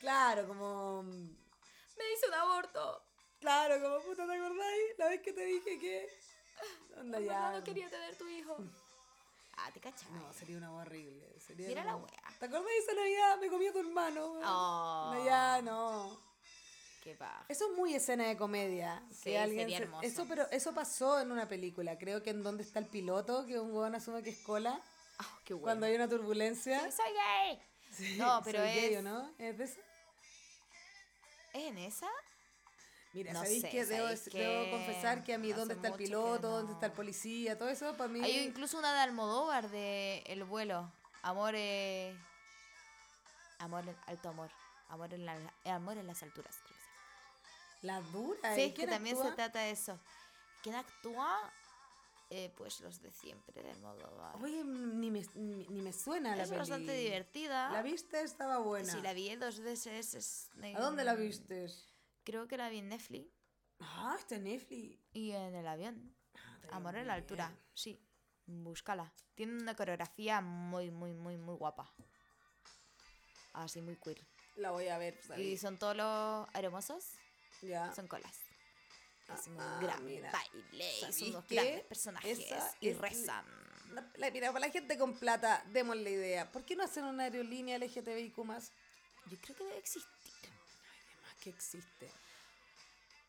Speaker 2: Claro, como.
Speaker 1: Me hice un aborto.
Speaker 2: Claro, como puta, ¿te acordáis? La vez que te dije que. Onda,
Speaker 1: Mamá,
Speaker 2: ya. Mm.
Speaker 1: no quería tener tu hijo. Ah, te cachai.
Speaker 2: No, sería una voz horrible. Sería
Speaker 1: Mira la
Speaker 2: como-
Speaker 1: wea.
Speaker 2: ¿Te acordás de esa Navidad? Me comí a tu hermano. weón.
Speaker 1: Oh.
Speaker 2: No, ya, no.
Speaker 1: Qué paja.
Speaker 2: Eso es muy escena de comedia.
Speaker 1: Sí,
Speaker 2: que alguien
Speaker 1: sería
Speaker 2: se-
Speaker 1: hermoso.
Speaker 2: Eso, pero eso pasó en una película. Creo que en Dónde está el piloto, que un huevón asume que es cola
Speaker 1: Ah, qué bueno.
Speaker 2: cuando hay una turbulencia.
Speaker 1: Sí, soy gay.
Speaker 2: Sí,
Speaker 1: No, pero
Speaker 2: soy
Speaker 1: es-
Speaker 2: gay, ¿o ¿no? ¿Es de esa?
Speaker 1: ¿Es en esa?
Speaker 2: Mira,
Speaker 1: No
Speaker 2: ¿sabéis
Speaker 1: sé,
Speaker 2: que debo,
Speaker 1: ¿sabéis qué?
Speaker 2: debo confesar que a mí
Speaker 1: Hace
Speaker 2: dónde está el
Speaker 1: mucho que
Speaker 2: piloto,
Speaker 1: no.
Speaker 2: dónde está el policía, todo eso para mí.
Speaker 1: Hay incluso una de Almodóvar de El vuelo. Amor, eh, amor, en- alto amor. Amor en, la- amor en las alturas. creo que se llama.
Speaker 2: La dura.
Speaker 1: Sí,
Speaker 2: ¿y
Speaker 1: es que
Speaker 2: quién
Speaker 1: también
Speaker 2: actúa?
Speaker 1: se trata de eso. ¿Quién actúa? Eh, pues los de siempre, de Almodóvar.
Speaker 2: Oye, ni me, ni, ni me suena la
Speaker 1: es
Speaker 2: película.
Speaker 1: bastante divertida.
Speaker 2: La viste, estaba buena.
Speaker 1: Sí, la vi dos veces. es en-
Speaker 2: ¿A dónde la viste?
Speaker 1: Creo que la vi en Netflix
Speaker 2: Ah, está en Netflix.
Speaker 1: y en el avión.
Speaker 2: Ah, está
Speaker 1: Amor
Speaker 2: bien,
Speaker 1: en la
Speaker 2: muy
Speaker 1: altura,
Speaker 2: bien.
Speaker 1: sí. Búscala. Tiene una coreografía muy, muy, muy, muy guapa. Así muy queer.
Speaker 2: La voy a ver,
Speaker 1: Y
Speaker 2: ¿sabéis?
Speaker 1: son todos los hermosos,
Speaker 2: Ya.
Speaker 1: son colas. es un
Speaker 2: Ah,
Speaker 1: gran
Speaker 2: mira.
Speaker 1: baile, y son
Speaker 2: ¿Sabéis
Speaker 1: unos
Speaker 2: qué?
Speaker 1: grandes personajes
Speaker 2: Esa
Speaker 1: y
Speaker 2: es la-
Speaker 1: rezan.
Speaker 2: La, la- mira, para la gente con plata, demos la idea. ¿Por qué no hacen una aerolínea LGTBIQ más?
Speaker 1: Yo creo que debe existir.
Speaker 2: Además que existe.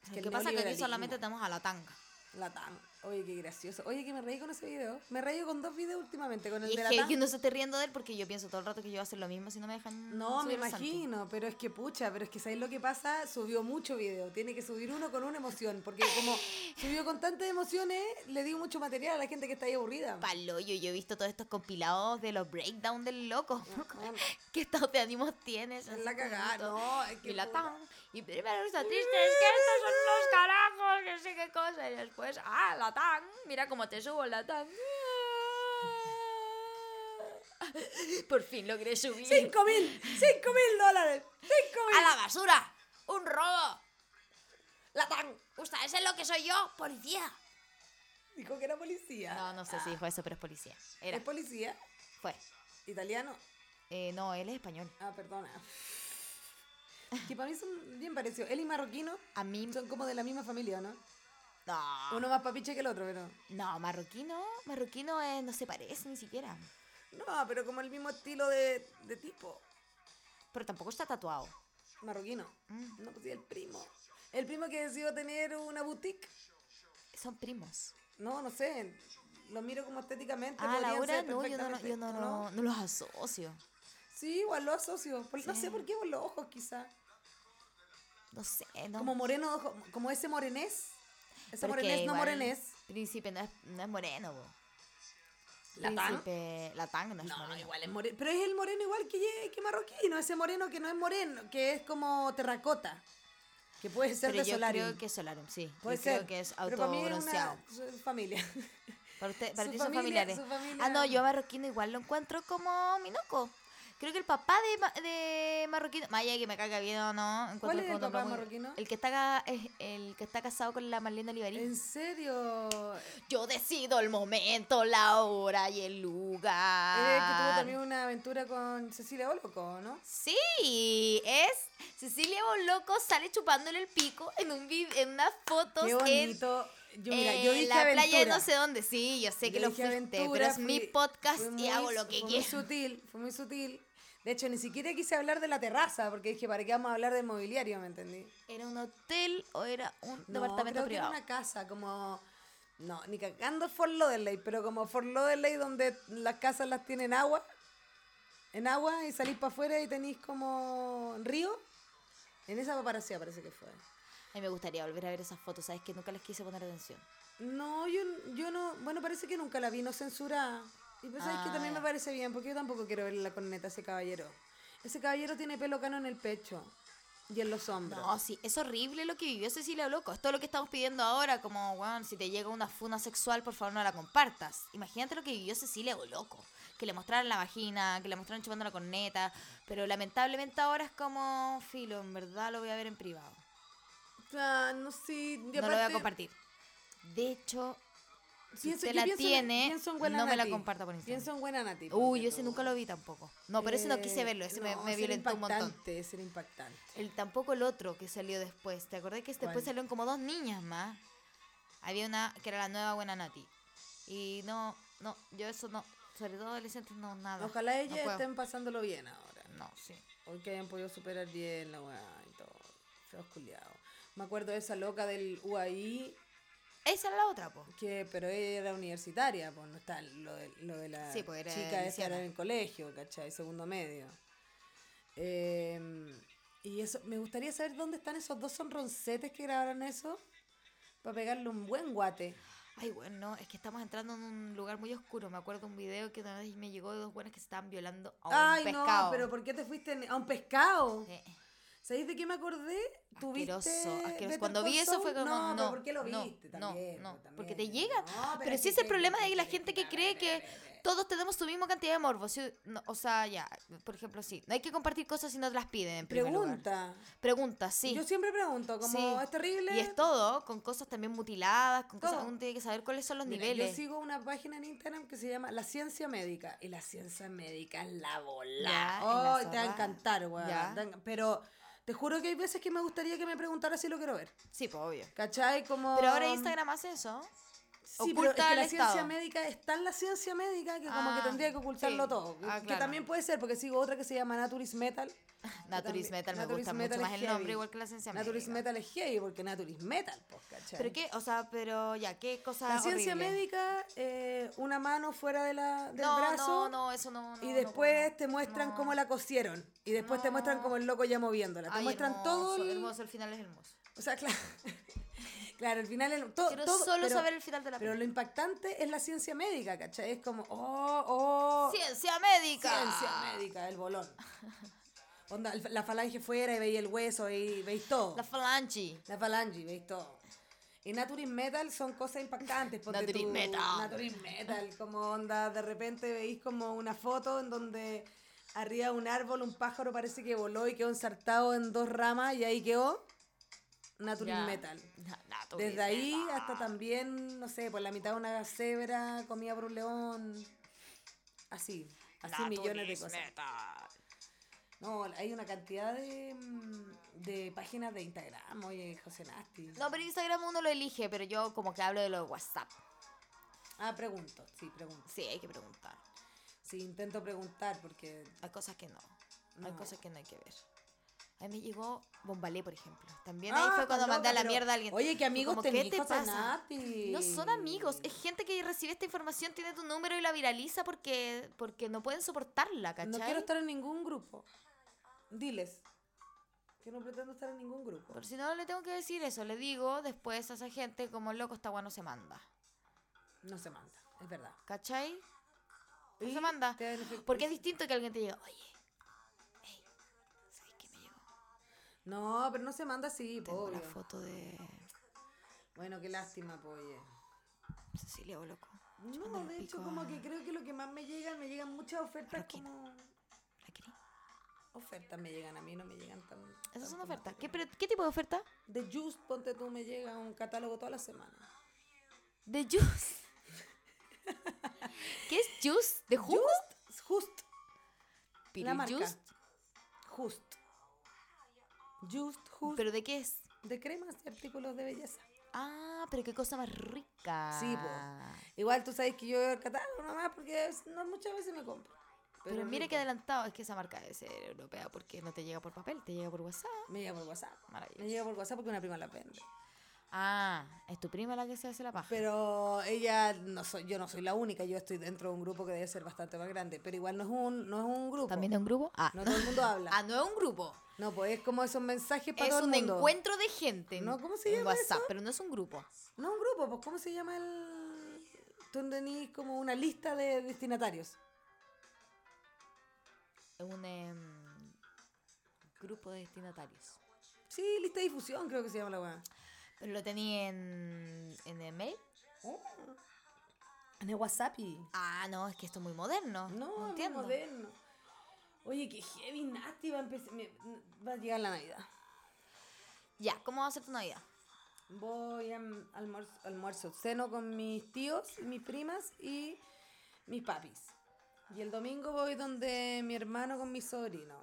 Speaker 2: Es que
Speaker 1: Lo
Speaker 2: el
Speaker 1: que pasa es que aquí
Speaker 2: neoliberalismo.
Speaker 1: solamente tenemos a la tanga.
Speaker 2: La TAM. Oye, qué gracioso. Oye, que me reí con ese video. Me reí con dos videos últimamente, con el
Speaker 1: Y
Speaker 2: de
Speaker 1: es
Speaker 2: la
Speaker 1: que
Speaker 2: TAM.
Speaker 1: yo no se esté riendo de él porque yo pienso todo el rato que yo voy a hacer lo mismo si no me dejan.
Speaker 2: No, me
Speaker 1: subir Santi.
Speaker 2: imagino, pero es que pucha, pero es que ¿sabéis lo que pasa? Subió mucho video, tiene que subir uno con una emoción, porque como subió con tantas emociones, le dio mucho material a la gente que está ahí aburrida.
Speaker 1: Palo, yo, yo he visto todos estos compilados de los breakdown del loco.
Speaker 2: No, no,
Speaker 1: ¿Qué estado de ánimos tienes?
Speaker 2: Es la
Speaker 1: Así como
Speaker 2: cagada,
Speaker 1: todo.
Speaker 2: no, es que
Speaker 1: Y la
Speaker 2: puta.
Speaker 1: tan. Y primero está triste, es que estos son los carajos, que sé qué cosa. Y después, ah, la tan. Mira cómo te subo la tan. Por fin logré subir.
Speaker 2: ¡Cinco mil! ¡Cinco mil dólares! ¡Cinco mil!
Speaker 1: ¡A la basura! ¡Un robo! La tan. ¿Ustedes es lo que soy yo? ¡Policía!
Speaker 2: Dijo que era policía.
Speaker 1: No,
Speaker 2: Ah,
Speaker 1: no sé si dijo eso, pero es policía. Era.
Speaker 2: Es policía,
Speaker 1: Fue.
Speaker 2: italiano.
Speaker 1: Eh, no, él es español.
Speaker 2: Ah, perdona. Que para mí son bien parecidos. Él y marroquino
Speaker 1: A mí.
Speaker 2: son como de la misma familia, ¿no?
Speaker 1: No.
Speaker 2: Uno más papiche que el otro, pero...
Speaker 1: No, marroquino. Marroquino eh, no se parece ni siquiera.
Speaker 2: No, pero como el mismo estilo de, de tipo.
Speaker 1: Pero tampoco está tatuado.
Speaker 2: Marroquino.
Speaker 1: Mm.
Speaker 2: No, pues sí, el primo. El primo que decidió tener una boutique.
Speaker 1: Son primos.
Speaker 2: No, no sé. Lo miro como estéticamente.
Speaker 1: Ah,
Speaker 2: podrían
Speaker 1: Laura,
Speaker 2: ser
Speaker 1: no, yo no, lo-
Speaker 2: perfectamente,
Speaker 1: yo no,
Speaker 2: ¿o
Speaker 1: lo- no los asocio.
Speaker 2: Sí, igual los asocio. Por- No
Speaker 1: Sí.
Speaker 2: sé por qué, por los ojos quizá.
Speaker 1: No sé, no.
Speaker 2: Como moreno, de ojo- como ese morenés. Ese
Speaker 1: Pero es que
Speaker 2: morenés, no
Speaker 1: igual
Speaker 2: morenés.
Speaker 1: Príncipe no es, no es moreno, bo.
Speaker 2: ¿Latán?
Speaker 1: Príncipe, Latán no es moreno.
Speaker 2: igual es moreno. Pero es el moreno igual que, ye- que marroquino. Ese moreno que no es moreno, que es como terracota. Que puede ser
Speaker 1: Pero
Speaker 2: de
Speaker 1: yo
Speaker 2: Solarium.
Speaker 1: creo que es Solarium, sí.
Speaker 2: Puede
Speaker 1: yo
Speaker 2: ser.
Speaker 1: creo que es
Speaker 2: Pero para mí es una
Speaker 1: autobronceado. Para,
Speaker 2: su- familia.
Speaker 1: usted, para
Speaker 2: su
Speaker 1: ti son
Speaker 2: familia-
Speaker 1: familiares.
Speaker 2: su familia-
Speaker 1: Ah, no, yo a marroquino igual lo encuentro como Minoco. Creo que el papá de, ma- de marroquino, más allá de que me caga bien o no, encuentro
Speaker 2: ¿Cuál es
Speaker 1: como
Speaker 2: el
Speaker 1: un hombre
Speaker 2: papá de
Speaker 1: muy-
Speaker 2: Marroquino?
Speaker 1: El que está ca- es el que está casado con la Marlene Olivarín.
Speaker 2: ¿En serio?
Speaker 1: Yo decido el momento, la hora y el Ah.
Speaker 2: Eh, que tuvo
Speaker 1: lugar.
Speaker 2: también una aventura con Cecilia Oloco, ¿no?
Speaker 1: Sí, es Cecilia Boloco sale chupándole el pico en un vid- en unas fotos
Speaker 2: Qué
Speaker 1: en,
Speaker 2: bonito. Yo, mira, yo
Speaker 1: en
Speaker 2: dije
Speaker 1: Eh, la
Speaker 2: aventura.
Speaker 1: playa de no sé dónde. Sí, yo sé que
Speaker 2: Yo
Speaker 1: lo
Speaker 2: dije
Speaker 1: fuiste, pero
Speaker 2: aventura,
Speaker 1: es mi
Speaker 2: fui-
Speaker 1: podcast
Speaker 2: fue
Speaker 1: y
Speaker 2: muy
Speaker 1: hago lo
Speaker 2: su-
Speaker 1: que
Speaker 2: fue
Speaker 1: quiero.
Speaker 2: Muy sutil, fue muy sutil. De hecho, ni siquiera quise hablar de la terraza, porque dije, ¿para qué vamos a hablar de mobiliario? ¿Me entendí?
Speaker 1: ¿Era un hotel o era un
Speaker 2: No,
Speaker 1: departamento
Speaker 2: creo que era
Speaker 1: privado?
Speaker 2: una casa como... No, ni cagando Fort Lauderdale, pero como Fort Lauderdale donde las casas las tienen agua, en agua y salís para afuera y tenéis como río. En esa paparazía parece que fue.
Speaker 1: A mí me gustaría volver a ver esas fotos, sabes que nunca les quise poner atención.
Speaker 2: No, yo, yo no... Bueno, parece que nunca la vi, no censurada. Y pues sabes que
Speaker 1: Ah,
Speaker 2: también
Speaker 1: ya.
Speaker 2: me parece bien, porque yo tampoco quiero verle la corneta a ese caballero. Ese caballero tiene pelo cano en el pecho y en los hombros.
Speaker 1: No, sí, es horrible lo que vivió Cecilia Loco. Es todo lo que estamos pidiendo ahora, como, weón, si te llega una funa sexual, por favor no la compartas. Imagínate lo que vivió Cecilia Loco. Que le mostraron la vagina, que le mostraron chupando la corneta. Pero lamentablemente ahora es como, filo, en verdad lo voy a ver en privado.
Speaker 2: Ah, no sé. y
Speaker 1: no lo voy a
Speaker 2: aparte-
Speaker 1: compartir. De hecho, si
Speaker 2: Pienso-
Speaker 1: usted
Speaker 2: yo
Speaker 1: la
Speaker 2: pienso en-
Speaker 1: tiene,
Speaker 2: pienso en
Speaker 1: no me la
Speaker 2: Guananati.
Speaker 1: comparta por Instagram.
Speaker 2: Pienso en Guananati.
Speaker 1: Uy, yo ese nunca lo vi tampoco. No, pero ese no
Speaker 2: Eh,
Speaker 1: quise verlo, ese me, me violentó un montón.
Speaker 2: Ese era impactante.
Speaker 1: El, tampoco el otro que salió después. ¿Te acordás que después
Speaker 2: ¿Cuál?
Speaker 1: salieron como dos niñas más? Había una que era la nueva buena Nati. Y no, no, yo eso no. Sobre todo adolescentes, no, nada.
Speaker 2: Ojalá ellas
Speaker 1: no puedo.
Speaker 2: estén pasándolo bien ahora.
Speaker 1: No, sí.
Speaker 2: Hoy que hayan podido superar bien la weá y todo. Feos culiados. Me acuerdo de esa loca del UAI,
Speaker 1: Esa era la otra, po.
Speaker 2: que, pero ella era universitaria, pues no está lo de, lo de la
Speaker 1: Sí, pues, era
Speaker 2: chica esa
Speaker 1: lisiana.
Speaker 2: era en el colegio, ¿cachai? Segundo medio. Eh, y eso, me gustaría saber dónde están esos dos sonroncetes que grabaron eso, para pegarle un buen guate.
Speaker 1: Ay, bueno, no, es que estamos entrando en un lugar muy oscuro. Me acuerdo un video que una vez me llegó de dos buenas que se estaban violando a un
Speaker 2: Ay,
Speaker 1: pescado.
Speaker 2: no, pero ¿por qué te fuiste en- a un pescado?
Speaker 1: Eh, eh.
Speaker 2: ¿Sabéis de qué me acordé? ¿Tuviste
Speaker 1: Asqueroso, asqueroso.
Speaker 2: Better
Speaker 1: Cuando
Speaker 2: Call
Speaker 1: vi eso fue
Speaker 2: Saul?
Speaker 1: como.
Speaker 2: No,
Speaker 1: No,
Speaker 2: pero ¿por qué lo
Speaker 1: no,
Speaker 2: viste?
Speaker 1: No,
Speaker 2: También,
Speaker 1: no,
Speaker 2: pues, también.
Speaker 1: porque te llega.
Speaker 2: No, Ah, pero
Speaker 1: pero
Speaker 2: es
Speaker 1: sí
Speaker 2: que
Speaker 1: es el
Speaker 2: qué-
Speaker 1: problema de que la
Speaker 2: qué-
Speaker 1: gente que cree que todos tenemos tu misma cantidad de morbos. sí, no, o sea, ya, por ejemplo, sí. No hay que compartir cosas si no te las piden, en primer lugar.
Speaker 2: Pregunta.
Speaker 1: Pregunta, sí.
Speaker 2: Yo siempre pregunto, como,
Speaker 1: sí.
Speaker 2: ¿es terrible?
Speaker 1: Y es todo, con cosas también mutiladas, con cosas
Speaker 2: Todo.
Speaker 1: uno tiene que saber cuáles son los
Speaker 2: Mira,
Speaker 1: niveles.
Speaker 2: Yo sigo una página en Instagram que se llama La Ciencia Médica. Y la ciencia médica es la bola.
Speaker 1: Ya, es la
Speaker 2: oh, te va a
Speaker 1: zorra.
Speaker 2: encantar, weón.
Speaker 1: Ya.
Speaker 2: Te va a enc- Pero Te juro que hay veces que me gustaría que me preguntara si lo quiero ver.
Speaker 1: Sí, pues obvio.
Speaker 2: ¿Cachai? Como...
Speaker 1: Pero ahora Instagram hace eso.
Speaker 2: Sí,
Speaker 1: oculta
Speaker 2: pero es que
Speaker 1: al
Speaker 2: la ciencia
Speaker 1: Estado.
Speaker 2: médica es tan la ciencia médica que como que
Speaker 1: Ah,
Speaker 2: tendría que ocultarlo
Speaker 1: sí.
Speaker 2: todo.
Speaker 1: Ah,
Speaker 2: Que
Speaker 1: claro.
Speaker 2: también puede ser, porque sigo otra que se llama Naturis Metal.
Speaker 1: Naturis
Speaker 2: También-
Speaker 1: Metal me
Speaker 2: Naturis
Speaker 1: gusta
Speaker 2: Metal
Speaker 1: mucho más
Speaker 2: es
Speaker 1: el nombre,
Speaker 2: heavy.
Speaker 1: igual que la ciencia
Speaker 2: Naturis
Speaker 1: médica.
Speaker 2: Metal es heavy, porque Naturis Metal, pues, ¿cachai?
Speaker 1: Pero qué, o sea, pero ya, qué cosa
Speaker 2: La ciencia
Speaker 1: horrible?
Speaker 2: médica, eh, una mano fuera de la, del
Speaker 1: no,
Speaker 2: brazo.
Speaker 1: No, no, eso no. no,
Speaker 2: Y
Speaker 1: no
Speaker 2: después
Speaker 1: puedo.
Speaker 2: te muestran
Speaker 1: No.
Speaker 2: cómo la cosieron. Y después te muestran
Speaker 1: No.
Speaker 2: como el loco ya moviéndola. Te
Speaker 1: Ay,
Speaker 2: muestran
Speaker 1: hermoso,
Speaker 2: todo. el-
Speaker 1: Hermoso, el final es hermoso.
Speaker 2: O sea, claro. claro, al final. El, todo,
Speaker 1: Quiero
Speaker 2: todo-
Speaker 1: solo
Speaker 2: pero-
Speaker 1: saber el final de la
Speaker 2: Pero
Speaker 1: película.
Speaker 2: lo impactante es la ciencia médica, ¿cachai? Es como, oh, oh.
Speaker 1: Ciencia médica.
Speaker 2: Ciencia médica, el bolón. Onda, el- la falange fuera y veis el hueso y veis todo.
Speaker 1: La falange.
Speaker 2: La falange, veis todo. Y Naturis Metal son cosas impactantes. ponte
Speaker 1: Naturis
Speaker 2: tú,
Speaker 1: Metal.
Speaker 2: Naturis Metal, como onda, de repente veis como una foto en donde arriba de un árbol un pájaro parece que voló y quedó ensartado en dos ramas y ahí quedó Naturis
Speaker 1: Ya.
Speaker 2: Metal.
Speaker 1: Na- Naturis
Speaker 2: Desde ahí
Speaker 1: Metal.
Speaker 2: hasta también, no sé, por la mitad de una cebra comida por un león. Así, así millones de
Speaker 1: Naturis
Speaker 2: cosas.
Speaker 1: Metal.
Speaker 2: No, hay una cantidad de, mm, de páginas de Instagram, oye, José Nasti.
Speaker 1: No, pero Instagram uno lo elige, pero yo como que hablo de lo de WhatsApp.
Speaker 2: Ah, pregunto, sí, pregunto.
Speaker 1: Sí, hay que preguntar.
Speaker 2: Sí, intento preguntar porque...
Speaker 1: Hay cosas que no. Hay
Speaker 2: No.
Speaker 1: cosas que no hay que ver. A mí me llegó Bombalé, por ejemplo. También ahí
Speaker 2: Ah,
Speaker 1: fue cuando
Speaker 2: loca,
Speaker 1: mandé a la
Speaker 2: pero-
Speaker 1: mierda a alguien.
Speaker 2: Oye, que
Speaker 1: Fue
Speaker 2: amigos
Speaker 1: como,
Speaker 2: tenés,
Speaker 1: ¿Qué te
Speaker 2: José
Speaker 1: pasa?
Speaker 2: Nasti.
Speaker 1: No son amigos, es gente que recibe esta información, tiene tu número y la viraliza porque, porque no pueden soportarla, ¿cachai?
Speaker 2: No quiero estar en ningún grupo. Diles. Que no pretendo estar en ningún grupo.
Speaker 1: Por si no le tengo que decir eso, le digo después a esa gente como loco esta guano se manda.
Speaker 2: No se manda, es verdad.
Speaker 1: ¿Cachai? No
Speaker 2: Y
Speaker 1: se manda.
Speaker 2: te dan efecto-
Speaker 1: Porque es distinto que alguien te diga, oye, hey, ¿sabes qué me llegó?
Speaker 2: No, pero no se manda así,
Speaker 1: Tengo
Speaker 2: pobre.
Speaker 1: la foto de
Speaker 2: Bueno, qué lástima, pobre.
Speaker 1: Cecilia Boloco.
Speaker 2: No,
Speaker 1: chupándole
Speaker 2: de
Speaker 1: el
Speaker 2: hecho,
Speaker 1: pico
Speaker 2: como
Speaker 1: a-
Speaker 2: que creo que lo que más me llegan, me llegan muchas ofertas
Speaker 1: Roquina.
Speaker 2: como...
Speaker 1: ¿La querí?
Speaker 2: Ofertas me llegan a mí, no me llegan tan...
Speaker 1: Esa es
Speaker 2: tan
Speaker 1: una
Speaker 2: como
Speaker 1: oferta.
Speaker 2: tú.
Speaker 1: ¿Qué, pero, ¿Qué tipo de oferta?
Speaker 2: De Just, ponte tú, me llega un catálogo toda la semana.
Speaker 1: De juice. ¿Qué es juice? ¿De jugo?
Speaker 2: Just, Just, la
Speaker 1: Pero
Speaker 2: marca.
Speaker 1: juice,
Speaker 2: Just. Just, Just.
Speaker 1: ¿Pero de qué es?
Speaker 2: de cremas y artículos de belleza.
Speaker 1: Ah, pero qué cosa más rica.
Speaker 2: Sí, po. Igual tú sabes que yo veo el catálogo nomás porque es- no muchas veces me compro.
Speaker 1: Pero, mira
Speaker 2: rico.
Speaker 1: qué adelantado, es que esa marca debe ser europea porque no te llega por papel, te llega por WhatsApp.
Speaker 2: Me llega por WhatsApp. Me
Speaker 1: Maravilloso.
Speaker 2: llega por WhatsApp porque una prima la vende.
Speaker 1: Ah, es tu prima la que se hace la paja.
Speaker 2: Pero ella, no soy, yo no soy la única, yo estoy dentro de un grupo que debe ser bastante más grande, pero igual no es un, no es un grupo.
Speaker 1: ¿También es un grupo? Ah,
Speaker 2: No todo el mundo habla.
Speaker 1: ah no es un grupo.
Speaker 2: No, pues es como esos mensajes para
Speaker 1: Es
Speaker 2: todo
Speaker 1: un
Speaker 2: el mundo.
Speaker 1: encuentro de gente. en-
Speaker 2: No, ¿cómo se
Speaker 1: en
Speaker 2: llama
Speaker 1: WhatsApp, pero no es un grupo.
Speaker 2: No un grupo, pues ¿cómo se llama el...? Tú tenés como una lista de destinatarios.
Speaker 1: Es un em, grupo de destinatarios.
Speaker 2: Sí, lista de difusión creo que se llama la weá.
Speaker 1: Pero lo tenía en, en el mail.
Speaker 2: En el WhatsApp y...
Speaker 1: Ah, no, es que esto es muy moderno.
Speaker 2: No,
Speaker 1: No,
Speaker 2: es muy
Speaker 1: entiendo.
Speaker 2: moderno. Oye, qué heavy nasty va a empezar... me- Va a llegar la Navidad.
Speaker 1: Ya, ¿cómo va a ser tu Navidad?
Speaker 2: Voy a m- almuerzo, almuerzo, ceno con mis tíos, y mis primas y mis papis. Y el domingo voy donde mi hermano con mi sobrino.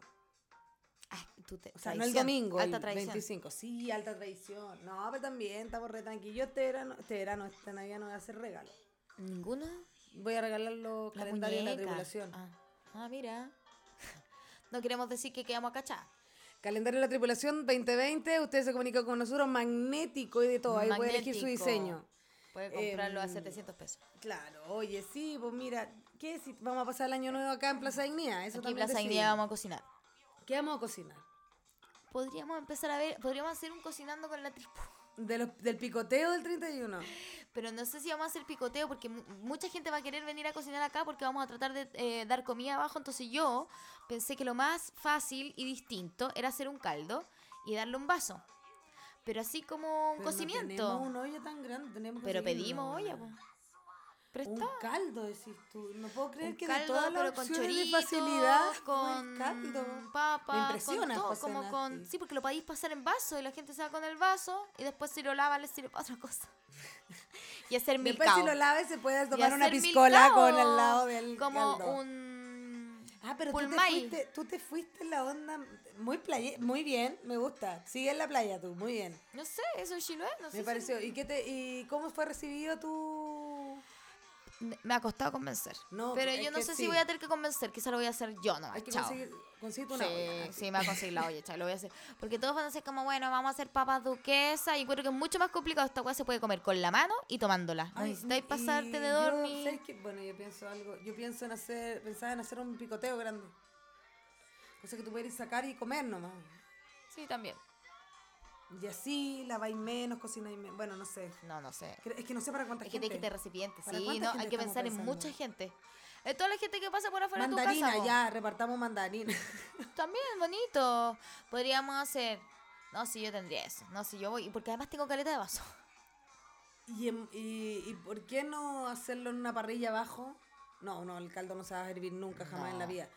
Speaker 1: Ah, tú te,
Speaker 2: O sea, no el
Speaker 1: traición,
Speaker 2: domingo,
Speaker 1: Alta
Speaker 2: el
Speaker 1: traición.
Speaker 2: 25. Sí, alta tradición. No, pero también estamos re tranquilos. Yo este verano, este verano, esta Navidad no voy a hacer regalo.
Speaker 1: ¿Ninguno?
Speaker 2: Voy a regalar los
Speaker 1: La
Speaker 2: calendarios de la
Speaker 1: muñeca.
Speaker 2: tripulación.
Speaker 1: Ah, Ah, mira. no queremos decir que quedamos a cachar.
Speaker 2: Calendario de la tripulación 2020. Usted se comunica con nosotros, magnético y de todo. Ahí puede elegir su
Speaker 1: Magnético.
Speaker 2: diseño.
Speaker 1: Puede comprarlo a
Speaker 2: Em,
Speaker 1: 700 pesos.
Speaker 2: Claro, oye, sí, pues mira, ¿qué si vamos a pasar el año nuevo acá en Plaza Dignidad?
Speaker 1: Aquí
Speaker 2: Eso
Speaker 1: en
Speaker 2: también
Speaker 1: Plaza
Speaker 2: decidimos.
Speaker 1: Dignidad vamos a cocinar.
Speaker 2: ¿Qué vamos a cocinar?
Speaker 1: Podríamos empezar a ver, podríamos hacer un cocinando con la tripu.
Speaker 2: De los- del picoteo del 31.
Speaker 1: Pero no sé si vamos a hacer picoteo porque mu- mucha gente va a querer venir a cocinar acá porque vamos a tratar de eh, dar comida abajo. Entonces yo pensé que lo más fácil y distinto era hacer un caldo y darle un vaso. Pero así como un
Speaker 2: Pero no
Speaker 1: cocimiento.
Speaker 2: tenemos un hoyo tan grande, tenemos que
Speaker 1: pero
Speaker 2: conseguir
Speaker 1: pedimos
Speaker 2: una,
Speaker 1: olla,
Speaker 2: weona.
Speaker 1: po. Prestado.
Speaker 2: Un caldo, decís tú. No puedo creer
Speaker 1: Un
Speaker 2: que de
Speaker 1: caldo,
Speaker 2: todas las
Speaker 1: pero con
Speaker 2: opciones de
Speaker 1: chorito,
Speaker 2: facilidad,
Speaker 1: con
Speaker 2: el caldo. Me
Speaker 1: papa, con
Speaker 2: impresiona, pues,
Speaker 1: todo,
Speaker 2: José
Speaker 1: como con,
Speaker 2: Nasti.
Speaker 1: sí, porque lo podéis pasar en vaso y la gente se va con el vaso y después si lo lava le sirve para otra cosa. y hacer mil
Speaker 2: Después si lo laves se puede
Speaker 1: y
Speaker 2: tomar una
Speaker 1: hacer
Speaker 2: piscola
Speaker 1: milcao,
Speaker 2: con al lado del
Speaker 1: como
Speaker 2: caldo.
Speaker 1: un
Speaker 2: Ah, pero tú te,
Speaker 1: Pulmay.
Speaker 2: fuiste, tú te fuiste en la onda muy playa, muy bien, me gusta. Sigue en la playa tú, muy bien.
Speaker 1: No sé, eso es Chiloé, no sé.
Speaker 2: Me
Speaker 1: si-
Speaker 2: pareció. ¿Y qué te y cómo fue recibido tu
Speaker 1: Me ha costado convencer.
Speaker 2: No,
Speaker 1: pero
Speaker 2: es
Speaker 1: yo no
Speaker 2: que
Speaker 1: sé
Speaker 2: sí.
Speaker 1: si voy a tener que convencer, quizá lo voy a hacer yo nomás.
Speaker 2: Hay que
Speaker 1: Ah, chao.
Speaker 2: conseguir conseguir una Ah, olla,
Speaker 1: Sí,
Speaker 2: así.
Speaker 1: sí, me va a conseguir la olla, chao, lo voy a hacer. Porque todos van a ser como, bueno, vamos a hacer papas duquesas. Y creo que es mucho más complicado. Esta hueá se puede comer con la mano y tomándola. No
Speaker 2: Ay,
Speaker 1: necesitáis
Speaker 2: y
Speaker 1: pasar
Speaker 2: yo,
Speaker 1: tenedor ni-
Speaker 2: ¿sabes qué? Bueno, yo pienso algo. Yo pienso en hacer, pensaba en hacer un picoteo grande. Cosa que tú puedes ir sacar y comer nomás.
Speaker 1: Sí, también.
Speaker 2: Y así laváis menos, cocináis menos. Bueno, no sé.
Speaker 1: No, no sé.
Speaker 2: Cre- Es que no sé para cuánta
Speaker 1: Hay que
Speaker 2: gente.
Speaker 1: tener que tener recipientes,
Speaker 2: ¿Para
Speaker 1: sí,
Speaker 2: cuánta
Speaker 1: no,
Speaker 2: gente
Speaker 1: hay que
Speaker 2: estamos
Speaker 1: pensar en
Speaker 2: pensando?
Speaker 1: mucha gente. En toda la gente que pasa por afuera de tu
Speaker 2: mandarina,
Speaker 1: casa. po.
Speaker 2: ya, repartamos mandarina.
Speaker 1: También, bonito. Podríamos hacer. No, si yo tendría eso. No, si yo voy. Porque además tengo caleta de vaso.
Speaker 2: ¿Y, en- y, y por qué no hacerlo en una parrilla abajo? No, no, el caldo no se va a hervir nunca, jamás en la
Speaker 1: No.
Speaker 2: vida.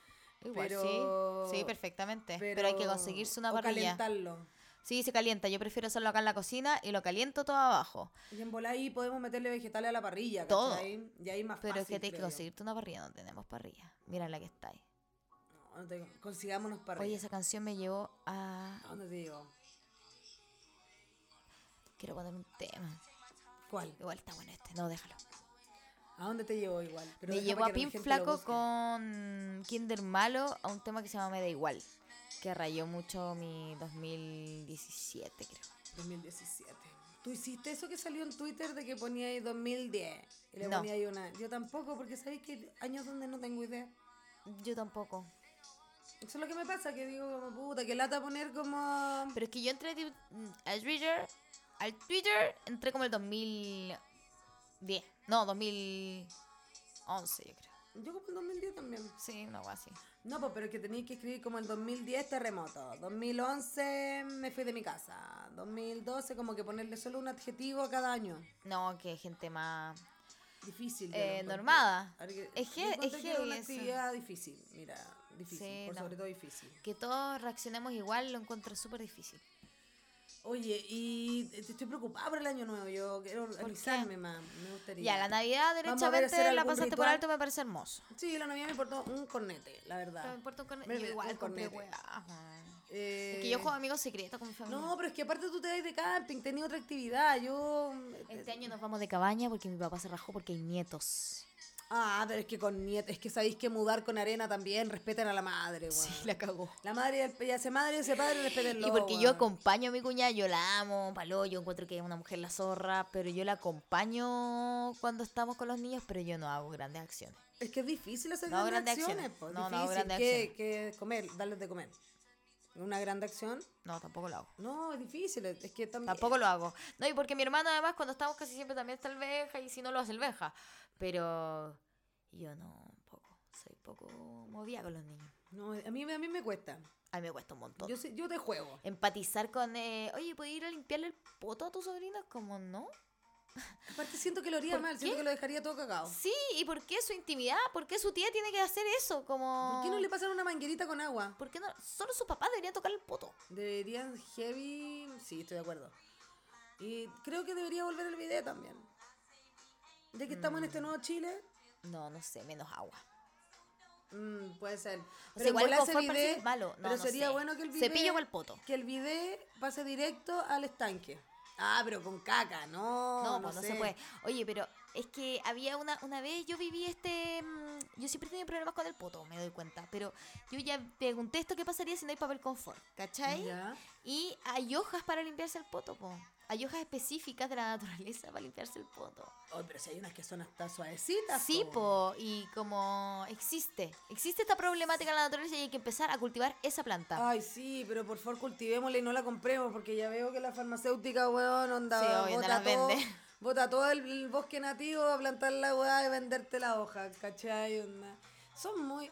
Speaker 1: Igual,
Speaker 2: Pero-
Speaker 1: sí. Sí, perfectamente. Pero, hay que conseguirse una
Speaker 2: o
Speaker 1: parrilla.
Speaker 2: calentarlo.
Speaker 1: Sí, se calienta. Yo prefiero hacerlo acá en la cocina y lo caliento todo abajo.
Speaker 2: Y en bola ahí podemos meterle vegetales a la parrilla.
Speaker 1: Todo.
Speaker 2: ¿cachai? Y ahí más
Speaker 1: Pero
Speaker 2: fácil.
Speaker 1: es que tienes que
Speaker 2: creo yo.
Speaker 1: conseguirte una parrilla. No tenemos parrilla. Mira la que está ahí.
Speaker 2: No, no tengo- Consigámonos parrilla.
Speaker 1: Oye, esa canción me llevó a.
Speaker 2: ¿A dónde te digo?
Speaker 1: Quiero poner un tema.
Speaker 2: ¿Cuál?
Speaker 1: Igual está bueno este. No, déjalo.
Speaker 2: ¿A dónde te llevo igual? Pero
Speaker 1: me
Speaker 2: deja
Speaker 1: llevó a
Speaker 2: pa' que la
Speaker 1: Pin
Speaker 2: gente lo
Speaker 1: Flaco
Speaker 2: busque.
Speaker 1: con Kinder Malo a un tema que se llama Me da igual, que rayó mucho mi 2017, creo.
Speaker 2: 2017. ¿Tú hiciste eso que salió en Twitter de que ponía ahí 2010? Y le
Speaker 1: No.
Speaker 2: ponía ahí una. Yo tampoco, porque sabéis que años donde no tengo idea.
Speaker 1: Yo tampoco.
Speaker 2: Eso es lo que me pasa, que digo como puta, que lata poner como.
Speaker 1: Pero es que yo entré di- al Twitter, al Twitter entré como el 2010, no, 2011 yo creo.
Speaker 2: Yo como el 2010 también.
Speaker 1: Sí, no, así.
Speaker 2: No, pues, pero es que tenéis que escribir como el 2010 terremoto, 2011 me fui de mi casa, 2012 como que ponerle solo un adjetivo a cada año.
Speaker 1: No, que gente más...
Speaker 2: Difícil. yo
Speaker 1: Eh,
Speaker 2: lo encuentro.
Speaker 1: normada.
Speaker 2: Ahora que-
Speaker 1: Es
Speaker 2: yo
Speaker 1: que-
Speaker 2: encontré
Speaker 1: es
Speaker 2: que era
Speaker 1: que
Speaker 2: una
Speaker 1: eso.
Speaker 2: actividad difícil, mira, difícil,
Speaker 1: Sí,
Speaker 2: por
Speaker 1: no.
Speaker 2: sobre todo difícil.
Speaker 1: Que todos reaccionemos igual lo encuentro súper difícil.
Speaker 2: Oye, y te estoy preocupada por el año nuevo, yo quiero organizarme más, me gustaría.
Speaker 1: Ya, la Navidad
Speaker 2: Vamos a ver, hacer
Speaker 1: derechamente la
Speaker 2: algún
Speaker 1: pasaste por
Speaker 2: ritual.
Speaker 1: alto, me parece hermoso.
Speaker 2: Sí, la Navidad me importó un cornete, la
Speaker 1: Pero me
Speaker 2: verdad.
Speaker 1: importa un corne-
Speaker 2: Mira,
Speaker 1: yo
Speaker 2: mira,
Speaker 1: igual
Speaker 2: Ah. un
Speaker 1: compré
Speaker 2: cornete.
Speaker 1: weá, weón.
Speaker 2: Eh,
Speaker 1: Ah, Es que yo juego amigos secretos con mi familia.
Speaker 2: No, pero es que aparte tú te vas de camping, tenías otra actividad, yo... eh.
Speaker 1: este año nos vamos de cabaña porque mi papá se rajó porque hay nietos.
Speaker 2: Ah, pero es que con nietos, es que sabéis que mudar con arena también, respetan a la madre, weón. la...
Speaker 1: cagó.
Speaker 2: madre y el- y hace madre y ese padre respetenlo.
Speaker 1: Y porque yo
Speaker 2: weón.
Speaker 1: acompaño a mi cuñada, yo la amo, palo, yo encuentro que es una mujer la zorra, pero yo la acompaño cuando estamos con los niños, pero yo no hago grandes acciones.
Speaker 2: Es que es difícil hacer
Speaker 1: No,
Speaker 2: grandes,
Speaker 1: grandes
Speaker 2: acciones,
Speaker 1: acciones.
Speaker 2: po,
Speaker 1: No, no,
Speaker 2: difícil
Speaker 1: grandes
Speaker 2: que,
Speaker 1: acciones.
Speaker 2: que comer, darles de comer. Una grande acción,
Speaker 1: No, tampoco lo hago.
Speaker 2: no, es difícil, es que también...
Speaker 1: Tampoco lo hago. No, y porque mi hermano además cuando estamos casi siempre también está el veja y si no lo hace el veja. Pero yo no, poco, soy poco movida con los niños.
Speaker 2: eh, No, a mí, a mí me cuesta,
Speaker 1: A mí me cuesta un montón.
Speaker 2: yo, sé- yo te juego.
Speaker 1: empatizar con, eh, oye, ¿puedes ir a limpiarle el poto a tu sobrino? Es como, no.
Speaker 2: Aparte siento que lo haría
Speaker 1: ¿Por
Speaker 2: mal, siento
Speaker 1: qué?
Speaker 2: que lo dejaría todo cagado.
Speaker 1: Sí, ¿y por qué su intimidad? ¿Por qué su tía tiene que hacer eso? Como...
Speaker 2: ¿Por qué no le pasan una manguerita con agua?
Speaker 1: ¿Por qué no? Solo su papá debería tocar el poto.
Speaker 2: Deberían heavy. Sí, estoy de acuerdo. Y creo que debería volver el video también. Ya que estamos en
Speaker 1: Mm.
Speaker 2: este nuevo Chile,
Speaker 1: No, no sé, menos agua.
Speaker 2: mm, puede ser.
Speaker 1: O sea, igual
Speaker 2: en bola
Speaker 1: el
Speaker 2: ese
Speaker 1: confort parece
Speaker 2: bidet-
Speaker 1: que es malo. No,
Speaker 2: pero
Speaker 1: no
Speaker 2: sería
Speaker 1: sé.
Speaker 2: bueno que el video.
Speaker 1: Cepillo con el poto.
Speaker 2: Que el video pase directo al estanque. Ah, pero con caca, no.
Speaker 1: No, pues no
Speaker 2: sé.
Speaker 1: se puede. Oye, pero es que había una, una vez, yo viví este... mm, Yo siempre tenía problemas con el poto, me doy cuenta. Pero yo ya pregunté esto, ¿qué pasaría si no hay papel confort? ¿Cachai?
Speaker 2: Ya.
Speaker 1: Y hay hojas para limpiarse el poto, po. Hay hojas específicas de la naturaleza para limpiarse el poto.
Speaker 2: Ay, Oh, pero si hay unas que son hasta suavecitas.
Speaker 1: Sí, po. Y como existe, existe esta problemática en la naturaleza y hay que empezar a cultivar esa planta.
Speaker 2: Ay, sí, pero por favor cultivémosla y no la compremos, porque ya veo que la farmacéutica, weón, onda,
Speaker 1: Sí, obvio, no
Speaker 2: bota,
Speaker 1: las
Speaker 2: todo,
Speaker 1: vende.
Speaker 2: bota todo el, el bosque nativo a plantar la weá y venderte la hoja, ¿cachai? Onda. Son muy...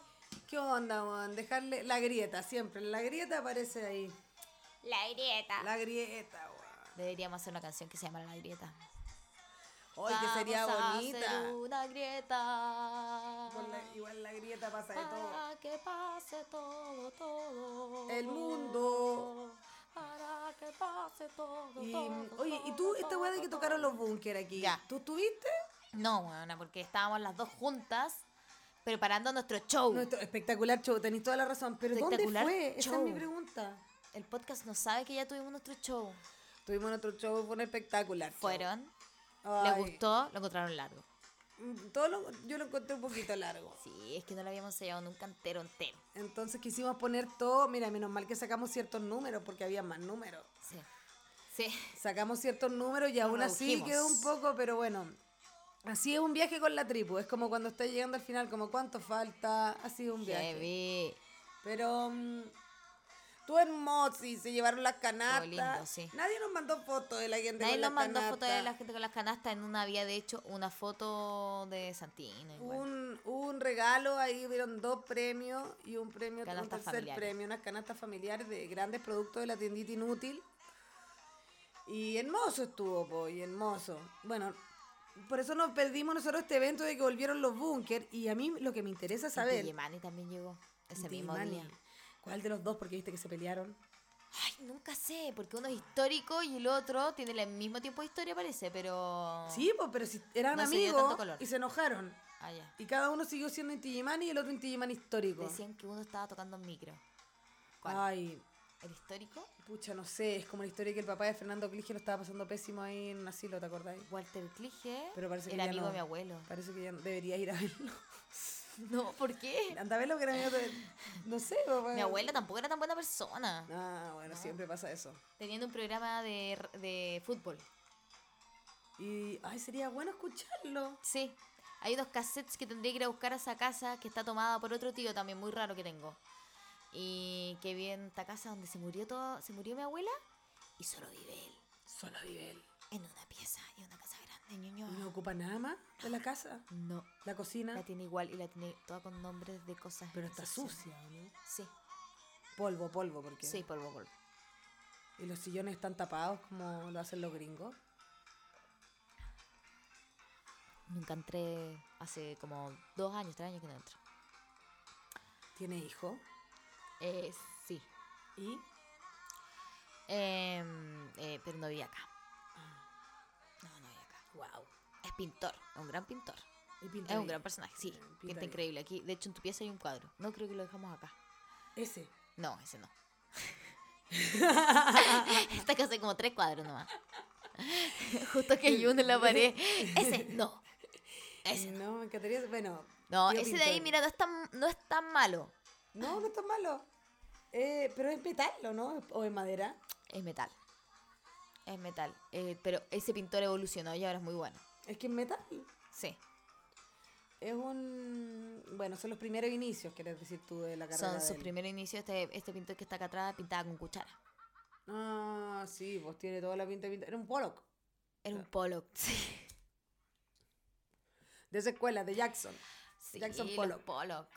Speaker 2: ¿Qué onda, weón? Dejarle la grieta, siempre. La grieta aparece ahí.
Speaker 1: La grieta.
Speaker 2: La grieta, weón.
Speaker 1: Deberíamos hacer una canción que se llama La grieta.
Speaker 2: Ay, que sería
Speaker 1: Vamos a
Speaker 2: bonita.
Speaker 1: hacer una grieta.
Speaker 2: Por la- igual la grieta pasa de todo.
Speaker 1: Para que pase todo, todo.
Speaker 2: El mundo.
Speaker 1: Para que pase todo,
Speaker 2: Y,
Speaker 1: todo,
Speaker 2: oye, ¿y tú, esta weá de que
Speaker 1: todo,
Speaker 2: tocaron los búnker aquí?
Speaker 1: Ya.
Speaker 2: ¿Tú estuviste?
Speaker 1: No, bueno, porque estábamos las dos juntas. preparando nuestro show.
Speaker 2: Nuestro espectacular show, tenéis toda la razón. Pero ¿dónde
Speaker 1: Espectacular
Speaker 2: fue? Esa es
Speaker 1: show.
Speaker 2: mi pregunta.
Speaker 1: El podcast no sabe que ya tuvimos nuestro show.
Speaker 2: Tuvimos otro show, fue un espectacular. show.
Speaker 1: Fueron, les
Speaker 2: Ay,
Speaker 1: gustó, lo encontraron largo.
Speaker 2: mm, Todo lo- yo lo encontré un poquito largo.
Speaker 1: Sí, es que no lo habíamos sellado nunca entero, entero.
Speaker 2: Entonces quisimos poner todo. Mira, menos mal que sacamos ciertos números porque había más números.
Speaker 1: Sí. Sí.
Speaker 2: Sacamos ciertos números y aún así
Speaker 1: redujimos.
Speaker 2: quedó un poco, pero bueno. Así es un viaje con la tribu. Es como cuando estás llegando al final, como cuánto falta. Ha sido un viaje.
Speaker 1: Heavy.
Speaker 2: Pero mm, estuvo hermoso y se llevaron las canastas.
Speaker 1: lindo, sí.
Speaker 2: Nadie nos mandó fotos de la gente
Speaker 1: Nadie
Speaker 2: con las
Speaker 1: nos mandó fotos de la
Speaker 2: canastas.
Speaker 1: gente con las canastas. En una había, de hecho, una foto de Santino. igual.
Speaker 2: Un, un regalo, ahí dieron dos premios y un premio, un
Speaker 1: Canastas
Speaker 2: tercer
Speaker 1: familiares.
Speaker 2: premio, unas canastas familiares de grandes productos de la tiendita inútil. Y hermoso estuvo, po, y hermoso. Bueno, por eso nos perdimos nosotros este evento de que volvieron los bunkers. Y a mí lo que me interesa
Speaker 1: Y
Speaker 2: saber.
Speaker 1: Digimani también llegó ese mismo
Speaker 2: Dimani,
Speaker 1: día.
Speaker 2: ¿Cuál de los dos? Porque viste que se pelearon.
Speaker 1: Ay, nunca sé, porque uno es histórico y el otro tiene el mismo tiempo de historia, parece, pero.
Speaker 2: Sí, pues, pero si eran
Speaker 1: No se dio tanto
Speaker 2: amigos
Speaker 1: color.
Speaker 2: y se enojaron.
Speaker 1: Ah, ya.
Speaker 2: Y cada uno siguió siendo Intigimani y el otro Intigimani histórico.
Speaker 1: Decían que uno estaba tocando un micro. ¿Cuál?
Speaker 2: Ay,
Speaker 1: ¿El histórico?
Speaker 2: pucha, no sé, es como la historia que el papá de Fernando Clige lo estaba pasando pésimo ahí en un asilo, ¿te acordáis?
Speaker 1: Walter Clige.
Speaker 2: Pero parece que
Speaker 1: el
Speaker 2: ya
Speaker 1: amigo
Speaker 2: no.
Speaker 1: de mi abuelo.
Speaker 2: Parece que ya no- debería ir a verlo.
Speaker 1: No, ¿por qué?
Speaker 2: Anda a verlo que era medio de- No sé, papá.
Speaker 1: Mi abuela tampoco era tan buena persona.
Speaker 2: Ah, bueno, siempre pasa eso.
Speaker 1: Teniendo un programa de, de fútbol.
Speaker 2: Y, ay, sería bueno escucharlo.
Speaker 1: Sí. Hay unos cassettes que tendría que ir a buscar a esa casa que está tomada por otro tío también muy raro que tengo. Y que vi en esta casa donde se murió todo, se murió mi abuela y solo vive él
Speaker 2: Solo vive él.
Speaker 1: en una pieza y una casa grande, ñoño.
Speaker 2: ¿Y no ocupa nada más de la casa?
Speaker 1: No,
Speaker 2: La
Speaker 1: la
Speaker 2: cocina.
Speaker 1: tiene igual y la tiene toda con nombres de cosas.
Speaker 2: Pero está
Speaker 1: excepcionales.
Speaker 2: sucia,
Speaker 1: Sí,
Speaker 2: ¿no? Polvo, polvo, porque...
Speaker 1: sí, polvo, polvo.
Speaker 2: Y los sillones están tapados como lo hacen los gringos.
Speaker 1: Nunca entré hace como dos años, tres años que no entro.
Speaker 2: Tiene hijo.
Speaker 1: Eh, sí.
Speaker 2: Y
Speaker 1: Em, eh, pero no vive acá.
Speaker 2: Ah.
Speaker 1: No, no vive acá.
Speaker 2: wow.
Speaker 1: Es pintor, es un gran pintor.
Speaker 2: Y pinta
Speaker 1: Es un
Speaker 2: bien.
Speaker 1: gran personaje, sí.
Speaker 2: Eh, pinta
Speaker 1: Pinta
Speaker 2: bien.
Speaker 1: increíble. Aquí, de hecho, en tu pieza hay un cuadro. No creo que lo dejamos acá.
Speaker 2: Ese.
Speaker 1: No, ese no. Esta casa hay como tres cuadros nomás. Justo que hay uno en la pared. Ese no. Ese
Speaker 2: No, me encantaría. Bueno.
Speaker 1: no.
Speaker 2: tío
Speaker 1: ese de ahí, mira,
Speaker 2: pintor.
Speaker 1: no es tan, no es tan malo.
Speaker 2: No, no está malo. Eh, pero es metal, ¿o no? O es madera.
Speaker 1: Es metal. Es metal. Eh, pero ese pintor evolucionó y ahora es muy bueno.
Speaker 2: Es que es metal.
Speaker 1: Sí.
Speaker 2: Es un. Bueno, son los primeros inicios, querés decir tú, de la carrera.
Speaker 1: Son
Speaker 2: de
Speaker 1: sus
Speaker 2: él.
Speaker 1: primeros inicios. Este, este pintor que está acá atrás pintaba con cuchara.
Speaker 2: Ah, sí, pues tiene toda la pinta de pinta. Era un Pollock.
Speaker 1: Era
Speaker 2: Ah.
Speaker 1: un polo. Sí.
Speaker 2: De esa escuela, de Jackson.
Speaker 1: Sí,
Speaker 2: Jackson
Speaker 1: los
Speaker 2: Pollock.
Speaker 1: Pollock.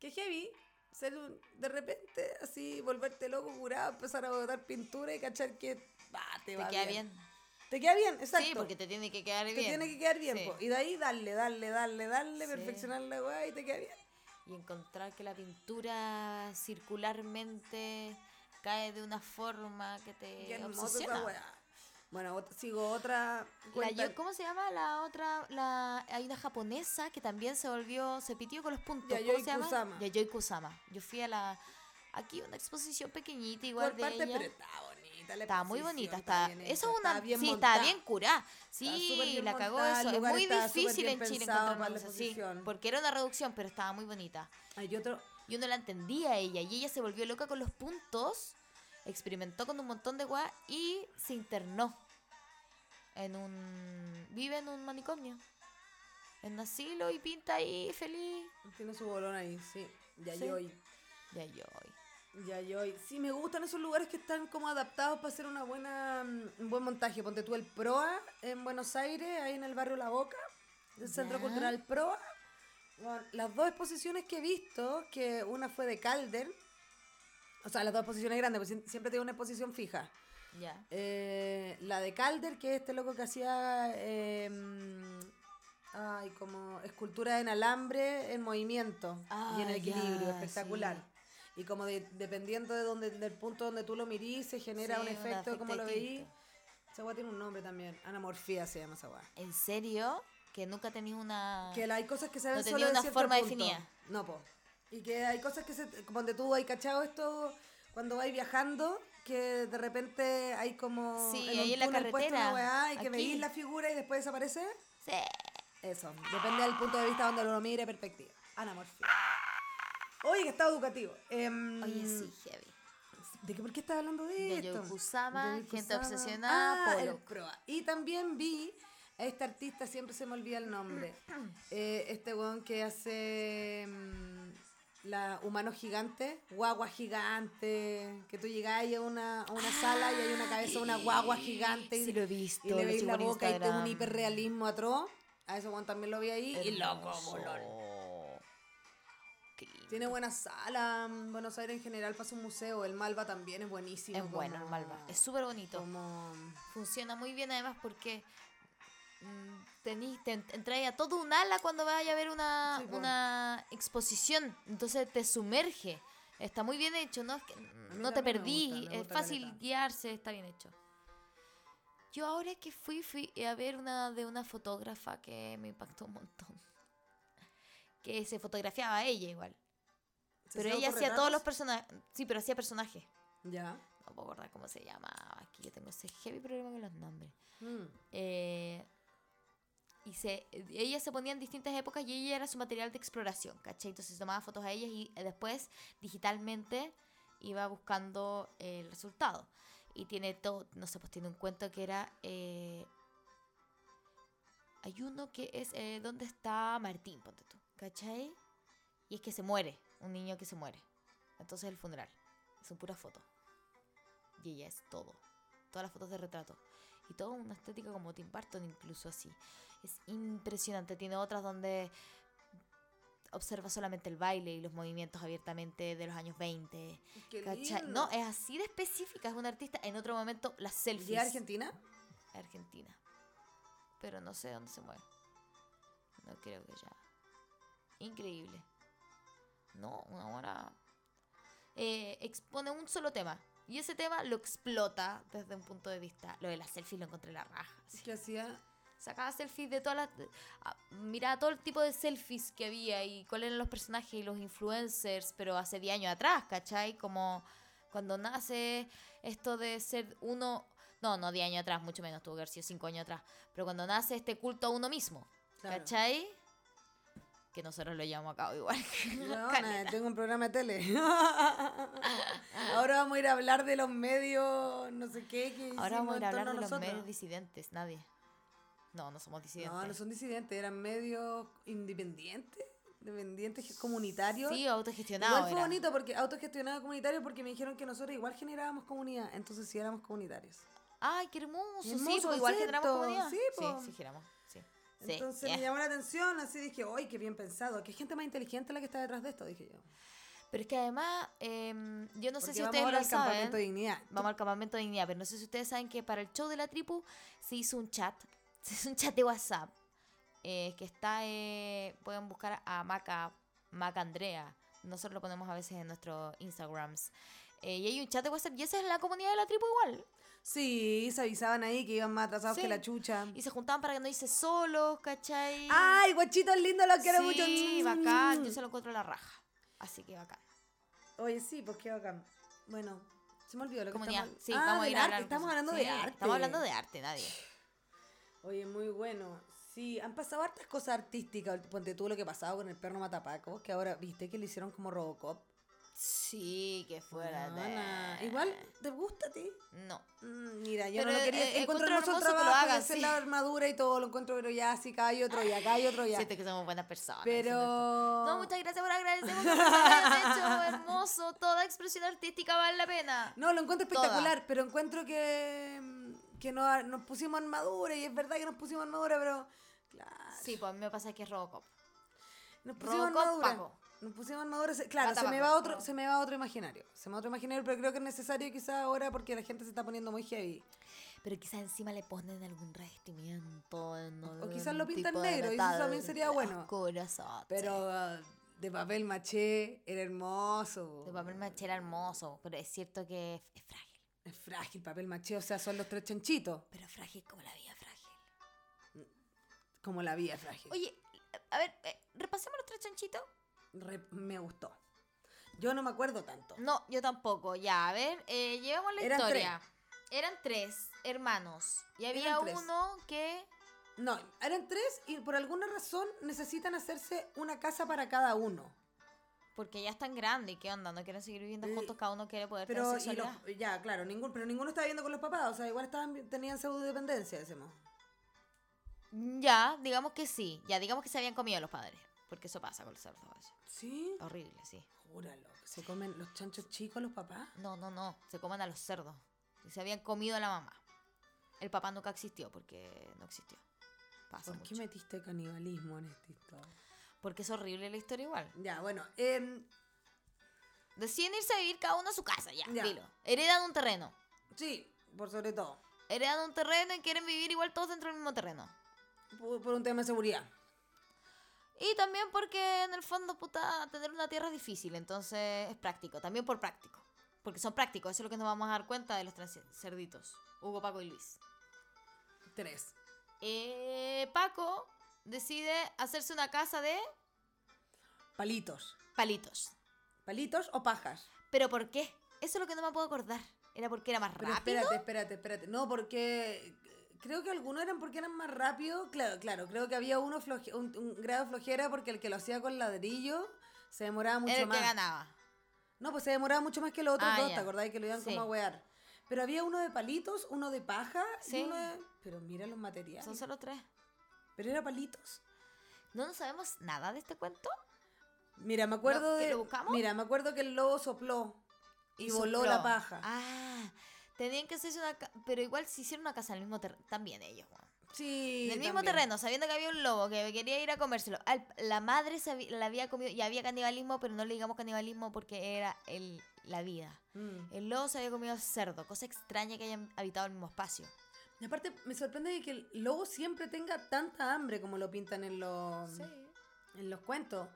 Speaker 2: Qué heavy ser un- de repente así volverte loco, curado, empezar a botar pintura y cachar que bah, te,
Speaker 1: Te
Speaker 2: va
Speaker 1: queda
Speaker 2: bien.
Speaker 1: bien.
Speaker 2: Te queda bien, exacto.
Speaker 1: Sí, porque te tiene que quedar
Speaker 2: te
Speaker 1: bien.
Speaker 2: tiene que quedar bien.
Speaker 1: Sí.
Speaker 2: po. Y de ahí darle, darle, darle, darle,
Speaker 1: Sí. Eh,
Speaker 2: perfeccionar la weá y te queda bien.
Speaker 1: Y encontrar que la pintura circularmente cae de una forma que te
Speaker 2: Qué hermosa esa
Speaker 1: obsesiona.
Speaker 2: weá. Bueno, ot- sigo otra.
Speaker 1: La
Speaker 2: cuenta-
Speaker 1: yo- ¿Cómo se llama la otra? La, hay una japonesa que también se volvió, se pitió con los puntos.
Speaker 2: Yayoi
Speaker 1: ¿Cómo se llama?
Speaker 2: Kusama.
Speaker 1: Yayoi Kusama. Yo fui a la... Aquí una exposición pequeñita
Speaker 2: por
Speaker 1: igual de
Speaker 2: parte,
Speaker 1: ella.
Speaker 2: pero está bonita. la
Speaker 1: Estaba muy
Speaker 2: exposición,
Speaker 1: bonita,
Speaker 2: está
Speaker 1: estaba,
Speaker 2: bien
Speaker 1: eso
Speaker 2: hecha,
Speaker 1: es una,
Speaker 2: está bien
Speaker 1: sí,
Speaker 2: montada.
Speaker 1: estaba bien curada.
Speaker 2: súper
Speaker 1: Sí,
Speaker 2: bien
Speaker 1: la cagó
Speaker 2: montada, el
Speaker 1: eso. Es
Speaker 2: lugar
Speaker 1: muy
Speaker 2: estaba súper
Speaker 1: difícil
Speaker 2: bien
Speaker 1: en Chile
Speaker 2: pensado
Speaker 1: encontrar
Speaker 2: para
Speaker 1: una
Speaker 2: la
Speaker 1: cosa así,
Speaker 2: exposición.
Speaker 1: porque era una reducción, pero estaba muy bonita.
Speaker 2: Hay otro.
Speaker 1: Yo no la entendía a ella y ella se volvió loca con los puntos, experimentó con un montón de guas y se internó en un vive en un manicomio. En un asilo y pinta ahí feliz.
Speaker 2: Tiene su bolón ahí, sí. Yayoi.
Speaker 1: Ya yo.
Speaker 2: Yayoi. Sí, me gustan esos lugares que están como adaptados para hacer una buena, mm, un buen montaje. Ponte tú el Proa en Buenos Aires, ahí en el barrio La Boca, el Centro
Speaker 1: Ya.
Speaker 2: Cultural Proa. Bueno, las dos exposiciones que he visto, que una fue de Calder, o sea, las dos exposiciones grandes, porque sie- siempre tengo una exposición fija.
Speaker 1: Ya.
Speaker 2: Eh, la de Calder, que es este loco que hacía eh, ay, como escultura en alambre en movimiento y en
Speaker 1: Ah,
Speaker 2: equilibrio,
Speaker 1: ya,
Speaker 2: espectacular. Y como de- dependiendo de donde, del punto donde tú lo mirís, se genera
Speaker 1: Sí,
Speaker 2: un
Speaker 1: un
Speaker 2: efecto, como
Speaker 1: efecto
Speaker 2: lo veí.
Speaker 1: distinto.
Speaker 2: Esa weá tiene un nombre también, anamorfía se llama esa weá.
Speaker 1: ¿En serio? que nunca tenía una...
Speaker 2: Que la- hay cosas que se ven
Speaker 1: No
Speaker 2: solo
Speaker 1: tenía
Speaker 2: de
Speaker 1: una
Speaker 2: cierto
Speaker 1: forma
Speaker 2: punto.
Speaker 1: definida.
Speaker 2: No, po. Y que hay cosas que se. Como donde tú hay cachado esto cuando vais viajando, que de repente hay como.
Speaker 1: Sí,
Speaker 2: un
Speaker 1: ahí en la
Speaker 2: túnel puesto una
Speaker 1: carretera,
Speaker 2: weá y que
Speaker 1: aquí.
Speaker 2: veís la figura y después desaparece.
Speaker 1: Sí.
Speaker 2: Eso. Depende del punto de vista donde lo mire, perspectiva. Anamorfia. Oye, que está educativo. Em,
Speaker 1: Oye, sí, heavy.
Speaker 2: ¿De qué por qué estás hablando de
Speaker 1: Yayo
Speaker 2: esto?
Speaker 1: Kusama,
Speaker 2: Yayo
Speaker 1: gente
Speaker 2: Kusama.
Speaker 1: obsesionada,
Speaker 2: Ah,
Speaker 1: Polo.
Speaker 2: el proa. Y también vi a este artista, siempre se me olvida el nombre. Eh, este weón que hace mm, la humano gigante, guagua gigante, que tú llegás y a una, a una sala y hay una cabeza de una guagua gigante y,
Speaker 1: Ah, Sí, lo he visto,
Speaker 2: y le
Speaker 1: lo
Speaker 2: veis
Speaker 1: sigo
Speaker 2: la
Speaker 1: en
Speaker 2: boca y tiene un
Speaker 1: Instagram.
Speaker 2: hiperrealismo atroz. A ese weón también lo vi ahí. Y loco,
Speaker 1: Hermoso.
Speaker 2: bolón.
Speaker 1: Qué lindo.
Speaker 2: Tiene buena sala, mm, Buenos Aires en general pasa un museo, el Malva también es buenísimo.
Speaker 1: es bueno el
Speaker 2: como-
Speaker 1: Malva. Es súper bonito.
Speaker 2: como
Speaker 1: Funciona muy bien además porque mm, tenís, te en- entráis a todo un ala cuando vayas a ver una,
Speaker 2: Sí, po.
Speaker 1: una exposición. Entonces te sumerge. Está muy bien hecho, ¿no? Es que no te
Speaker 2: también me
Speaker 1: perdí.
Speaker 2: gusta, me
Speaker 1: es
Speaker 2: gusta
Speaker 1: fácil
Speaker 2: caleta.
Speaker 1: guiarse, está bien hecho. Yo ahora que fui, fui a ver una de una fotógrafa que me impactó un montón. Que se fotografiaba ella igual.
Speaker 2: ¿se
Speaker 1: Pero ella hacía todos los personajes. Sí, pero hacía personajes.
Speaker 2: ya
Speaker 1: No puedo acordar cómo se llamaba. Aquí yo tengo ese heavy problema con los nombres.
Speaker 2: Mm.
Speaker 1: Eh, y se, ella se ponía en distintas épocas y ella era su material de exploración, ¿cachai? Entonces tomaba fotos a ellas y eh, después digitalmente iba buscando eh, el resultado. Y tiene todo, no sé, pues tiene un cuento que era... eh, hay uno que es eh, ¿Dónde está Martín? Ponte tú, ¿cachai? Y es que se muere, un niño que se muere. Entonces el funeral. Son puras fotos. Y ella es todo. Todas las fotos de retrato y toda una estética como Tim Burton incluso así. Es impresionante, tiene otras donde observa solamente el baile y los movimientos abiertamente de los años 20.
Speaker 2: Qué
Speaker 1: ¿cachai?
Speaker 2: lindo.
Speaker 1: No, es así de específica, es una artista. En otro momento, las selfies.
Speaker 2: ¿Y Argentina?
Speaker 1: Argentina. Pero no sé dónde se mueve. No creo que ya. Increíble. No, una hora. Eh, expone un solo tema. Y ese tema lo explota desde un punto de vista. Lo de las selfies lo encontré la raja. así.
Speaker 2: ¿Qué hacía?
Speaker 1: Sacaba selfies de todas las. de- ah, Miraba todo el tipo de selfies que había y cuáles eran los personajes y los influencers, pero hace 10 años atrás, ¿cachai? Como cuando nace esto de ser uno. No, no 10 años atrás, mucho menos, tuvo que haber sido 5 años atrás. Pero cuando nace este culto a uno mismo,
Speaker 2: Claro.
Speaker 1: ¿cachai? Que nosotros lo llevamos a cabo igual.
Speaker 2: Weona,
Speaker 1: Caleta.
Speaker 2: tengo un programa de tele. Ahora vamos a ir a hablar de los medios, no sé qué. que
Speaker 1: Ahora vamos a
Speaker 2: hicimos
Speaker 1: ir
Speaker 2: en
Speaker 1: a hablar de
Speaker 2: torno
Speaker 1: los
Speaker 2: nosotros.
Speaker 1: medios disidentes, nadie. No, no somos disidentes.
Speaker 2: No, no son disidentes, eran medios independientes, independientes comunitarios.
Speaker 1: Sí, autogestionados.
Speaker 2: Igual fue
Speaker 1: eran.
Speaker 2: bonito porque autogestionado comunitario porque me dijeron que nosotros igual generábamos comunidad, entonces sí éramos comunitarios.
Speaker 1: Ay, qué hermoso. sí,
Speaker 2: Hermoso
Speaker 1: pues igual
Speaker 2: concepto,
Speaker 1: generamos comunidad.
Speaker 2: sí, po.
Speaker 1: sí, sí, generamos. Sí. Sí,
Speaker 2: Entonces
Speaker 1: yeah.
Speaker 2: me llamó la atención, así dije, ¡ay, qué bien pensado! ¿Qué gente más inteligente la que está detrás de esto? Dije yo.
Speaker 1: Pero es que además, em, yo no sé
Speaker 2: Porque
Speaker 1: si
Speaker 2: vamos
Speaker 1: ustedes
Speaker 2: ahora
Speaker 1: lo
Speaker 2: al
Speaker 1: saben.
Speaker 2: campamento de dignidad.
Speaker 1: Vamos al campamento de dignidad, pero no sé si ustedes saben que para el show de la tribu se hizo un chat. Se hizo un chat de WhatsApp. eh, que está, eh, pueden buscar a Maca, Maca Andrea. Nosotros lo ponemos a veces en nuestros Instagrams. Eh, y hay un chat de WhatsApp y esa es la comunidad de la tribu igual.
Speaker 2: Sí, se avisaban ahí que iban más atrasados
Speaker 1: Sí.
Speaker 2: que la chucha.
Speaker 1: Y se juntaban para que no hice solos, ¿cachai?
Speaker 2: ¡Ay, guachitos lindos, los quiero mucho! Mm.
Speaker 1: Sí, bacán. Yo se lo encuentro a la raja. Así que bacán.
Speaker 2: Oye, sí, pues qué bacán. Bueno, se me olvidó lo que
Speaker 1: Comunidad.
Speaker 2: estamos-
Speaker 1: Sí,
Speaker 2: Ah,
Speaker 1: vamos a
Speaker 2: del
Speaker 1: ir a
Speaker 2: arte,
Speaker 1: hablar
Speaker 2: Estamos
Speaker 1: cosas.
Speaker 2: hablando
Speaker 1: Sí,
Speaker 2: de arte.
Speaker 1: Estamos hablando de arte, nadie.
Speaker 2: Oye, muy bueno. Sí, han pasado hartas cosas artísticas. Ponte tú lo que pasaba con el perro Matapaco, que ahora, ¿viste que le hicieron como Robocop?
Speaker 1: Sí, que fuera
Speaker 2: Buena. Igual, ¿te gusta a ti?
Speaker 1: No.
Speaker 2: Mm, Mira, yo
Speaker 1: eh. Pero,
Speaker 2: no lo quería.
Speaker 1: eh,
Speaker 2: encuentro
Speaker 1: encuentro
Speaker 2: hermoso el
Speaker 1: hermoso que lo
Speaker 2: trabajo de
Speaker 1: hagas,
Speaker 2: hacer
Speaker 1: sí.
Speaker 2: la armadura y todo, lo encuentro, pero ya, sí, acá hay otro, y acá hay otro, ya.
Speaker 1: Siento que somos buenas personas. diciendo esto.
Speaker 2: Pero.
Speaker 1: No, muchas gracias por agradecer. por lo que me hayas hecho, hermoso. Toda expresión artística vale la pena.
Speaker 2: No, lo encuentro
Speaker 1: Toda.
Speaker 2: espectacular, pero encuentro que. mm, que no, nos pusimos armadura, y es verdad que nos pusimos armadura, pero. Claro.
Speaker 1: Sí, pues a mí me pasa que es Robocop.
Speaker 2: Nos pusimos
Speaker 1: Robocop,
Speaker 2: armadura.
Speaker 1: Paco.
Speaker 2: Nos pusimos armadura. se- Claro,
Speaker 1: Mata
Speaker 2: se me,
Speaker 1: Paco,
Speaker 2: va otro,
Speaker 1: Paco.
Speaker 2: se me va otro imaginario. Se me va otro imaginario, pero creo que es necesario quizá ahora porque la gente se está poniendo muy heavy.
Speaker 1: Pero quizás encima le ponen algún revestimiento.
Speaker 2: O quizás lo pintan negro, y eso también sería bueno.
Speaker 1: Corazón.
Speaker 2: Pero ah, de papel maché era hermoso.
Speaker 1: De papel maché era hermoso, pero es cierto que es- es frágil.
Speaker 2: Es frágil, papel maché, o sea, son los tres chanchitos.
Speaker 1: Pero frágil como la vida frágil.
Speaker 2: Como la vida es frágil.
Speaker 1: Oye, a ver, eh, repasemos nuestro chanchito.
Speaker 2: Re- me gustó. Yo no me acuerdo tanto.
Speaker 1: No, yo tampoco. Ya, a ver, eh, llevemos la
Speaker 2: Eran
Speaker 1: historia. Eran tres hermanos. Y había
Speaker 2: Eran tres.
Speaker 1: uno que.
Speaker 2: No, eran tres y por alguna razón necesitan hacerse una casa para cada uno.
Speaker 1: Porque ya están grandes, ¿qué onda? No quieren seguir viviendo
Speaker 2: Eh,
Speaker 1: juntos, cada uno quiere poder tener
Speaker 2: Pero, y
Speaker 1: sexualidad.
Speaker 2: los- ya, claro, ningún, pero ninguno estaba viviendo con los papás, o sea, igual estaban, tenían pseudodependencia, decimos.
Speaker 1: Ya, digamos que sí. Ya, digamos que se habían comido los padres. Porque eso pasa con los cerdos. a veces.
Speaker 2: ¿Sí?
Speaker 1: Horrible, sí.
Speaker 2: Júralo, que se comen los chanchos chicos los papás.
Speaker 1: No, no, no. Se coman a los cerdos. Y se habían comido a la mamá. El papá nunca existió porque no existió. Pasa
Speaker 2: ¿Por qué
Speaker 1: mucho.
Speaker 2: metiste canibalismo en esta historia?
Speaker 1: Porque es horrible la historia igual.
Speaker 2: Ya, bueno, em,
Speaker 1: Deciden irse a vivir cada uno a su casa, ya,
Speaker 2: Ya.
Speaker 1: dilo. Heredan un terreno.
Speaker 2: sí, por sobre todo,
Speaker 1: Heredan un terreno y quieren vivir igual todos dentro del mismo terreno.
Speaker 2: por, por un tema de seguridad.
Speaker 1: Y también porque en el fondo, puta, tener una tierra es difícil, entonces es práctico, también por práctico. Porque son prácticos, eso es lo que nos vamos a dar cuenta de los tres cerditos, Hugo, Paco y Luis.
Speaker 2: Tres.
Speaker 1: Eh, Paco decide hacerse una casa de
Speaker 2: Palitos.
Speaker 1: palitos.
Speaker 2: ¿Palitos o pajas?
Speaker 1: ¿Pero por qué? Eso es lo que no me puedo acordar. Era porque era más
Speaker 2: Pero
Speaker 1: rápido.
Speaker 2: espérate, espérate, espérate. No, porque eh, creo que algunos eran porque eran más rápidos. Claro, claro, creo que había uno floje- un, un grado de flojera porque el que lo hacía con ladrillo se demoraba mucho
Speaker 1: era el
Speaker 2: más.
Speaker 1: que ganaba.
Speaker 2: No, pues se demoraba mucho más que los otros
Speaker 1: Ah,
Speaker 2: dos,
Speaker 1: ya.
Speaker 2: ¿te acordás que lo iban
Speaker 1: Sí.
Speaker 2: como a wear? Pero había uno de palitos, uno de paja
Speaker 1: Sí.
Speaker 2: y uno de... Pero mira los materiales.
Speaker 1: Son solo tres.
Speaker 2: ¿Pero era palitos?
Speaker 1: ¿No nos sabemos nada de este cuento?
Speaker 2: Mira, me acuerdo
Speaker 1: ¿Lo- que
Speaker 2: de...
Speaker 1: lo buscamos?
Speaker 2: Mira, me acuerdo que el lobo sopló y, voló
Speaker 1: sopló.
Speaker 2: la paja.
Speaker 1: Ah, tenían que hacerse una... ca- Pero igual se hicieron una casa en el mismo terreno. También ellos, weón.
Speaker 2: Sí.
Speaker 1: En el mismo
Speaker 2: también.
Speaker 1: terreno, sabiendo que había un lobo que quería ir a comérselo. Al- la madre se habi- la había comido y había canibalismo, pero no le digamos canibalismo porque era el, la vida.
Speaker 2: Mm.
Speaker 1: El lobo se había comido al cerdo, cosa extraña que hayan habitado el mismo espacio.
Speaker 2: Y aparte, me sorprende de que el lobo siempre tenga tanta hambre como lo pintan en los, en los cuentos.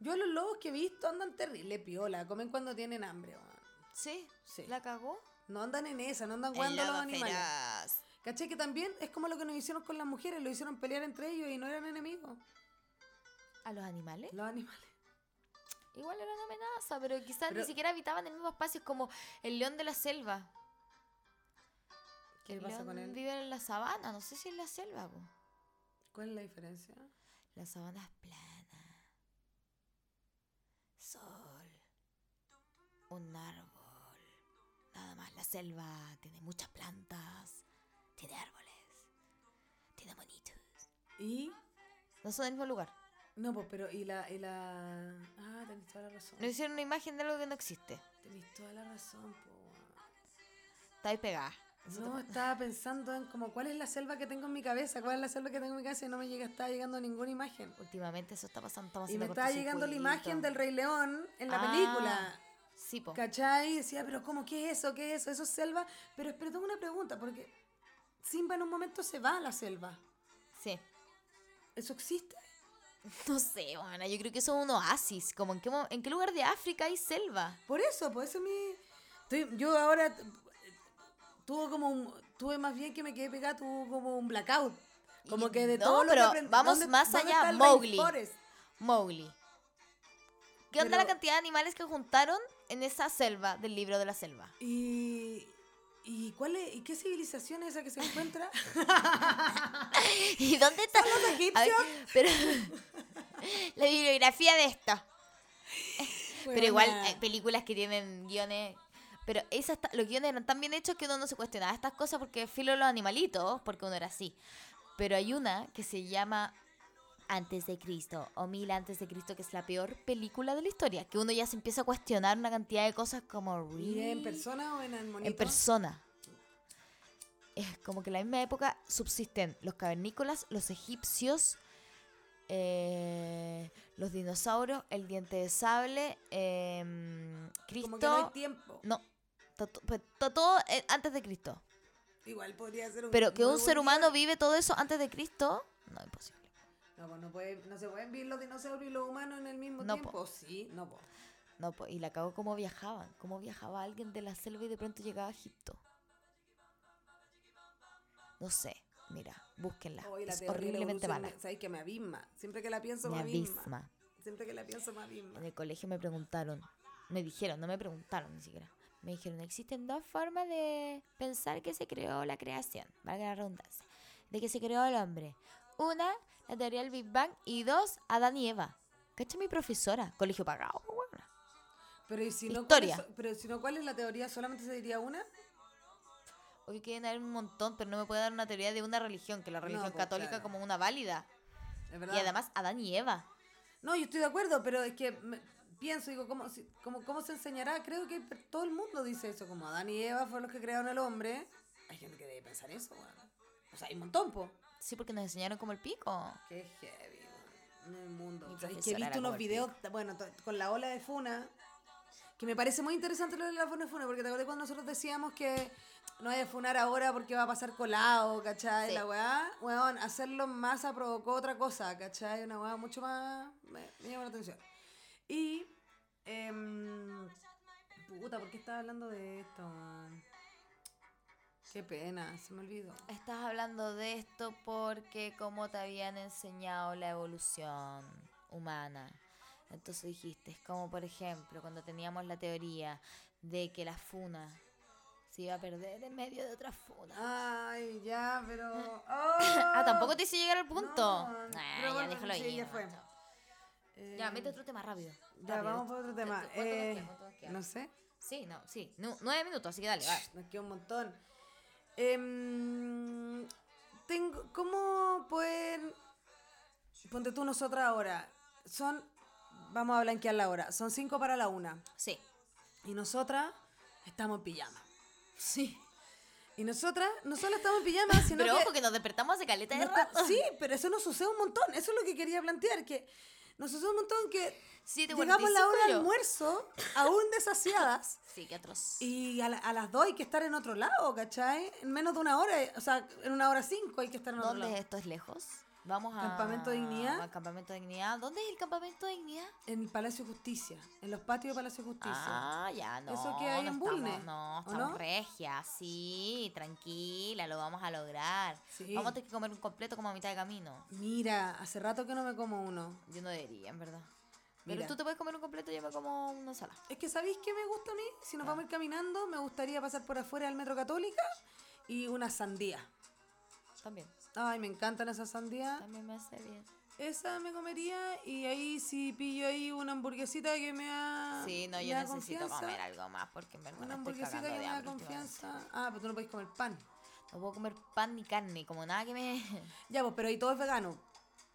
Speaker 2: Yo los lobos que he visto andan terrible piola, comen cuando tienen hambre. weón.
Speaker 1: Sí,
Speaker 2: Sí.
Speaker 1: la cagó.
Speaker 2: No andan en esa, no andan
Speaker 1: El
Speaker 2: cuando los
Speaker 1: lobo
Speaker 2: animales.
Speaker 1: feroz.
Speaker 2: ¿Cachai? Que también es como lo que nos hicieron con las mujeres, lo hicieron pelear entre ellos y no eran enemigos.
Speaker 1: ¿A los animales?
Speaker 2: Los animales.
Speaker 1: Igual era una amenaza, pero quizás
Speaker 2: Pero-
Speaker 1: ni siquiera habitaban el mismo espacio, es como el león de la selva.
Speaker 2: ¿Qué
Speaker 1: El
Speaker 2: le pasa con
Speaker 1: león
Speaker 2: él?
Speaker 1: Vive en la sabana, no sé si en la selva. po.
Speaker 2: ¿Cuál es la diferencia?
Speaker 1: La sabana es plana. Sol. Un árbol. Nada más, la selva tiene muchas plantas. Tiene árboles. Tiene monitos.
Speaker 2: Y.
Speaker 1: No son del mismo lugar.
Speaker 2: No, pues, pero. Y la. Y la... Ah, tenés toda la razón.
Speaker 1: Nos hicieron una imagen de algo que no existe.
Speaker 2: Tenés toda la razón, po. weón.
Speaker 1: Está ahí pegada. Eso te
Speaker 2: No,
Speaker 1: pa-
Speaker 2: estaba pensando en como cuál es la selva que tengo en mi cabeza, cuál es la selva que tengo en mi cabeza y no me llega, estaba llegando ninguna imagen.
Speaker 1: Últimamente eso está pasando. estamos
Speaker 2: Y me
Speaker 1: haciendo
Speaker 2: estaba llegando la imagen del
Speaker 1: cortocircuito.
Speaker 2: Rey León en la
Speaker 1: Ah.
Speaker 2: película.
Speaker 1: Sí, po.
Speaker 2: ¿Cachai? Y decía, pero ¿cómo? ¿Qué es eso? ¿Qué es eso? Eso es selva. Pero, pero tengo una pregunta, porque Simba en un momento se va a la selva.
Speaker 1: Sí.
Speaker 2: ¿Eso existe?
Speaker 1: No sé, Ana, yo creo que son un oasis. Como en qué, mo- en qué lugar de África hay selva.
Speaker 2: Por eso, por eso mi... estoy- yo ahora t- tuve como un... Tuve más bien que me quedé pegada, tuve como un blackout. Como que de
Speaker 1: No,
Speaker 2: todo lo que
Speaker 1: pero
Speaker 2: aprendí-
Speaker 1: vamos
Speaker 2: ¿dónde-
Speaker 1: más
Speaker 2: dónde
Speaker 1: allá,
Speaker 2: está el
Speaker 1: Mowgli.
Speaker 2: rainforest?
Speaker 1: Mowgli. ¿Qué onda la
Speaker 2: Pero-
Speaker 1: cantidad de animales que juntaron en esa selva del libro de la selva?
Speaker 2: ¿Y, y cuál es, y qué civilización es esa que se encuentra?
Speaker 1: ¿Y dónde está?
Speaker 2: los
Speaker 1: A ver,
Speaker 2: egipcios?
Speaker 1: pero la bibliografía de esto. Pero igual eh,
Speaker 2: Weona.
Speaker 1: hay películas que tienen guiones, pero esas ta- los guiones eran tan bien hechos que uno no se cuestionaba estas cosas porque filo los animalitos, porque uno era así. Pero hay una que se llama Antes de Cristo o Mil antes de Cristo que es la peor película de la historia, que uno ya se empieza a cuestionar una cantidad de cosas como
Speaker 2: ¿Y en
Speaker 1: "Really?"
Speaker 2: persona o en el monito?
Speaker 1: en persona. Es como que en la misma época subsisten los cavernícolas, los egipcios, eh, los dinosaurios, el diente de sable, em, Cristo.
Speaker 2: Como que no hay tiempo.
Speaker 1: no, está to- pues, está todo eh, antes de Cristo.
Speaker 2: Igual podría ser un...
Speaker 1: Pero que
Speaker 2: muy
Speaker 1: un
Speaker 2: buen
Speaker 1: ser
Speaker 2: día.
Speaker 1: humano vive todo eso antes de Cristo, no, imposible.
Speaker 2: No, pues no, puede, no se pueden vivir los dinosaurios y los humanos en el mismo
Speaker 1: No,
Speaker 2: tiempo. Sí, no, po.
Speaker 1: No, po, y la cago cómo viajaban, cómo viajaba alguien de la selva y de pronto llegaba a Egipto. No sé, mira, búsquenla.
Speaker 2: Hoy la
Speaker 1: es
Speaker 2: teoría de la
Speaker 1: horriblemente
Speaker 2: evolución
Speaker 1: mala.
Speaker 2: me- Sabéis que me abisma. Siempre que la pienso me,
Speaker 1: Me
Speaker 2: abisma.
Speaker 1: abisma.
Speaker 2: Siempre que la pienso me
Speaker 1: En
Speaker 2: abisma.
Speaker 1: el colegio me preguntaron, me dijeron, no me preguntaron ni siquiera. Me dijeron, existen dos formas de pensar que se creó la creación, valga la redundancia, de que se creó el hombre. Una, la teoría del Big Bang, y dos, Adán y Eva. ¿Cacha mi profesora? Colegio pagado, weona.
Speaker 2: Pero ¿y si no,
Speaker 1: Historia.
Speaker 2: ¿cuál es- pero si no, ¿cuál es la teoría? ¿Solamente se diría una?
Speaker 1: Hoy quieren haber un montón, pero no me puede dar una teoría de una religión, que la religión
Speaker 2: pues,
Speaker 1: católica
Speaker 2: claro.
Speaker 1: como una válida.
Speaker 2: ¿Es
Speaker 1: Y
Speaker 2: verdad?
Speaker 1: además Adán y Eva.
Speaker 2: No, yo estoy de acuerdo, pero es que me- pienso, digo, ¿cómo, si- cómo, cómo se enseñará? Creo que per- todo el mundo dice eso, como Adán y Eva fueron los que crearon al hombre. Hay gente que debe pensar eso, weón. O sea, hay un montón, po.
Speaker 1: Sí, porque nos enseñaron como el pico.
Speaker 2: Qué heavy, weón. En el mundo.
Speaker 1: Mi
Speaker 2: O sea, es que he
Speaker 1: profesora era
Speaker 2: visto unos
Speaker 1: como el
Speaker 2: videos, bueno, to- con la ola de Funa, que me parece muy interesante lo de la Funa Funa, porque te acuerdas cuando nosotros decíamos que no hay a funar ahora porque va a pasar colado, ¿cachai?
Speaker 1: Sí.
Speaker 2: La weá, weón, hacerlo en masa provocó otra cosa, ¿cachai? Una weá mucho más. Me, me llamó la atención. Y. em, puta, ¿por qué estaba hablando de esto, weón? Qué pena, se me olvidó.
Speaker 1: Estás hablando de esto porque como te habían enseñado la evolución humana. Entonces dijiste, es como por ejemplo cuando teníamos la teoría de que la funa se iba a perder en medio de otra funa.
Speaker 2: Ay, ya, pero.
Speaker 1: Ah,
Speaker 2: ¡Oh!
Speaker 1: tampoco te hice llegar al punto.
Speaker 2: No,
Speaker 1: Ah,
Speaker 2: pero
Speaker 1: ya
Speaker 2: bueno,
Speaker 1: déjalo
Speaker 2: sí,
Speaker 1: ahí.
Speaker 2: ya
Speaker 1: no,
Speaker 2: fue.
Speaker 1: chao.
Speaker 2: Eh,
Speaker 1: Ya, mete otro tema rápido.
Speaker 2: Ya,
Speaker 1: rápido.
Speaker 2: vamos por otro tema.
Speaker 1: ¿Cuánto nos
Speaker 2: Eh,
Speaker 1: queda? ¿Cuánto nos queda?
Speaker 2: no sé,
Speaker 1: Sí, no, sí. Nu- nueve minutos, así que dale, va.
Speaker 2: nos queda un montón. Em, tengo, ¿Cómo pueden. Ponte tú nosotras ahora. Son. Vamos a blanquear la hora. Son 5 para la una.
Speaker 1: Sí.
Speaker 2: Y nosotras estamos en pijama. Sí. Y nosotras no solo estamos en pijama, sino
Speaker 1: Pero
Speaker 2: que.
Speaker 1: ojo que nos despertamos hace caleta de
Speaker 2: no está-
Speaker 1: rato.
Speaker 2: sí, pero eso nos sucede un montón. Eso es lo que quería plantear. Que nos sucede un montón que
Speaker 1: Siete
Speaker 2: Llegamos a la hora del
Speaker 1: yo.
Speaker 2: almuerzo, aún desasiadas,
Speaker 1: Sí, qué atroz.
Speaker 2: y a, la- a las 2 hay que estar en otro lado, ¿cachai? En menos de una hora, o sea, en una hora cinco hay que estar en otro
Speaker 1: ¿Dónde es
Speaker 2: lado.
Speaker 1: esto? ¿Es lejos? Vamos a...
Speaker 2: ¿Campamento Dignidad?
Speaker 1: a Campamento Dignidad. ¿Dónde es el Campamento Dignidad?
Speaker 2: En el Palacio de Justicia, en los patios de Palacio de Justicia.
Speaker 1: Ah, ya, no.
Speaker 2: Eso que hay
Speaker 1: no
Speaker 2: en
Speaker 1: estamos-
Speaker 2: Bulnes,
Speaker 1: No,
Speaker 2: ¿o
Speaker 1: estamos
Speaker 2: no?
Speaker 1: regia, sí, tranquila, lo vamos a lograr.
Speaker 2: Sí.
Speaker 1: Vamos a tener que comer un completo como a mitad de camino.
Speaker 2: Mira, hace rato que no me como uno.
Speaker 1: Yo no debería, en verdad. Pero
Speaker 2: Mira.
Speaker 1: tú te puedes comer un completo y yo me como una sala.
Speaker 2: Es que ¿sabéis qué me gusta a mí? Si nos vamos a ir caminando, me gustaría pasar por afuera del Metro Católica y una sandía.
Speaker 1: También,
Speaker 2: Ay, me encantan esas sandías.
Speaker 1: también me hace bien.
Speaker 2: Esa me comería y ahí si pillo ahí una hamburguesita que me da
Speaker 1: Sí, no,
Speaker 2: me
Speaker 1: yo
Speaker 2: da
Speaker 1: necesito
Speaker 2: Ah, confianza.
Speaker 1: comer algo más porque en verdad
Speaker 2: Una
Speaker 1: me estoy
Speaker 2: hamburguesita
Speaker 1: cagando
Speaker 2: que
Speaker 1: de
Speaker 2: me da
Speaker 1: hambre últimamente.
Speaker 2: confianza. Ah, pero tú no podés comer pan.
Speaker 1: No puedo comer pan ni carne, como nada que me...
Speaker 2: Ya, pues, pero ahí todo es vegano.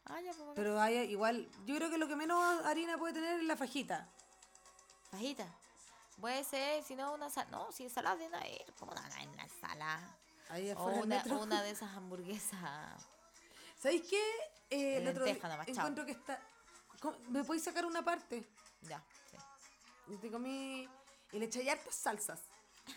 Speaker 1: Ah, ya, como
Speaker 2: Pero hay igual, yo creo que lo que menos harina puede tener es la fajita.
Speaker 1: Fajita. Puede ser, si no, una sal No, si es salada, tiene que haber. ¿Cómo no hay una ensalada?
Speaker 2: Ahí
Speaker 1: O
Speaker 2: afuera del
Speaker 1: una,
Speaker 2: metro.
Speaker 1: una de esas hamburguesas.
Speaker 2: ¿Sabéis qué? Eh, el
Speaker 1: De
Speaker 2: otro día
Speaker 1: lenteja nomás, chao.
Speaker 2: encuentro que está... ¿Cómo? ¿Me podéis sacar una parte?
Speaker 1: Ya, sí.
Speaker 2: Y te comí... Y le echáis hartas salsas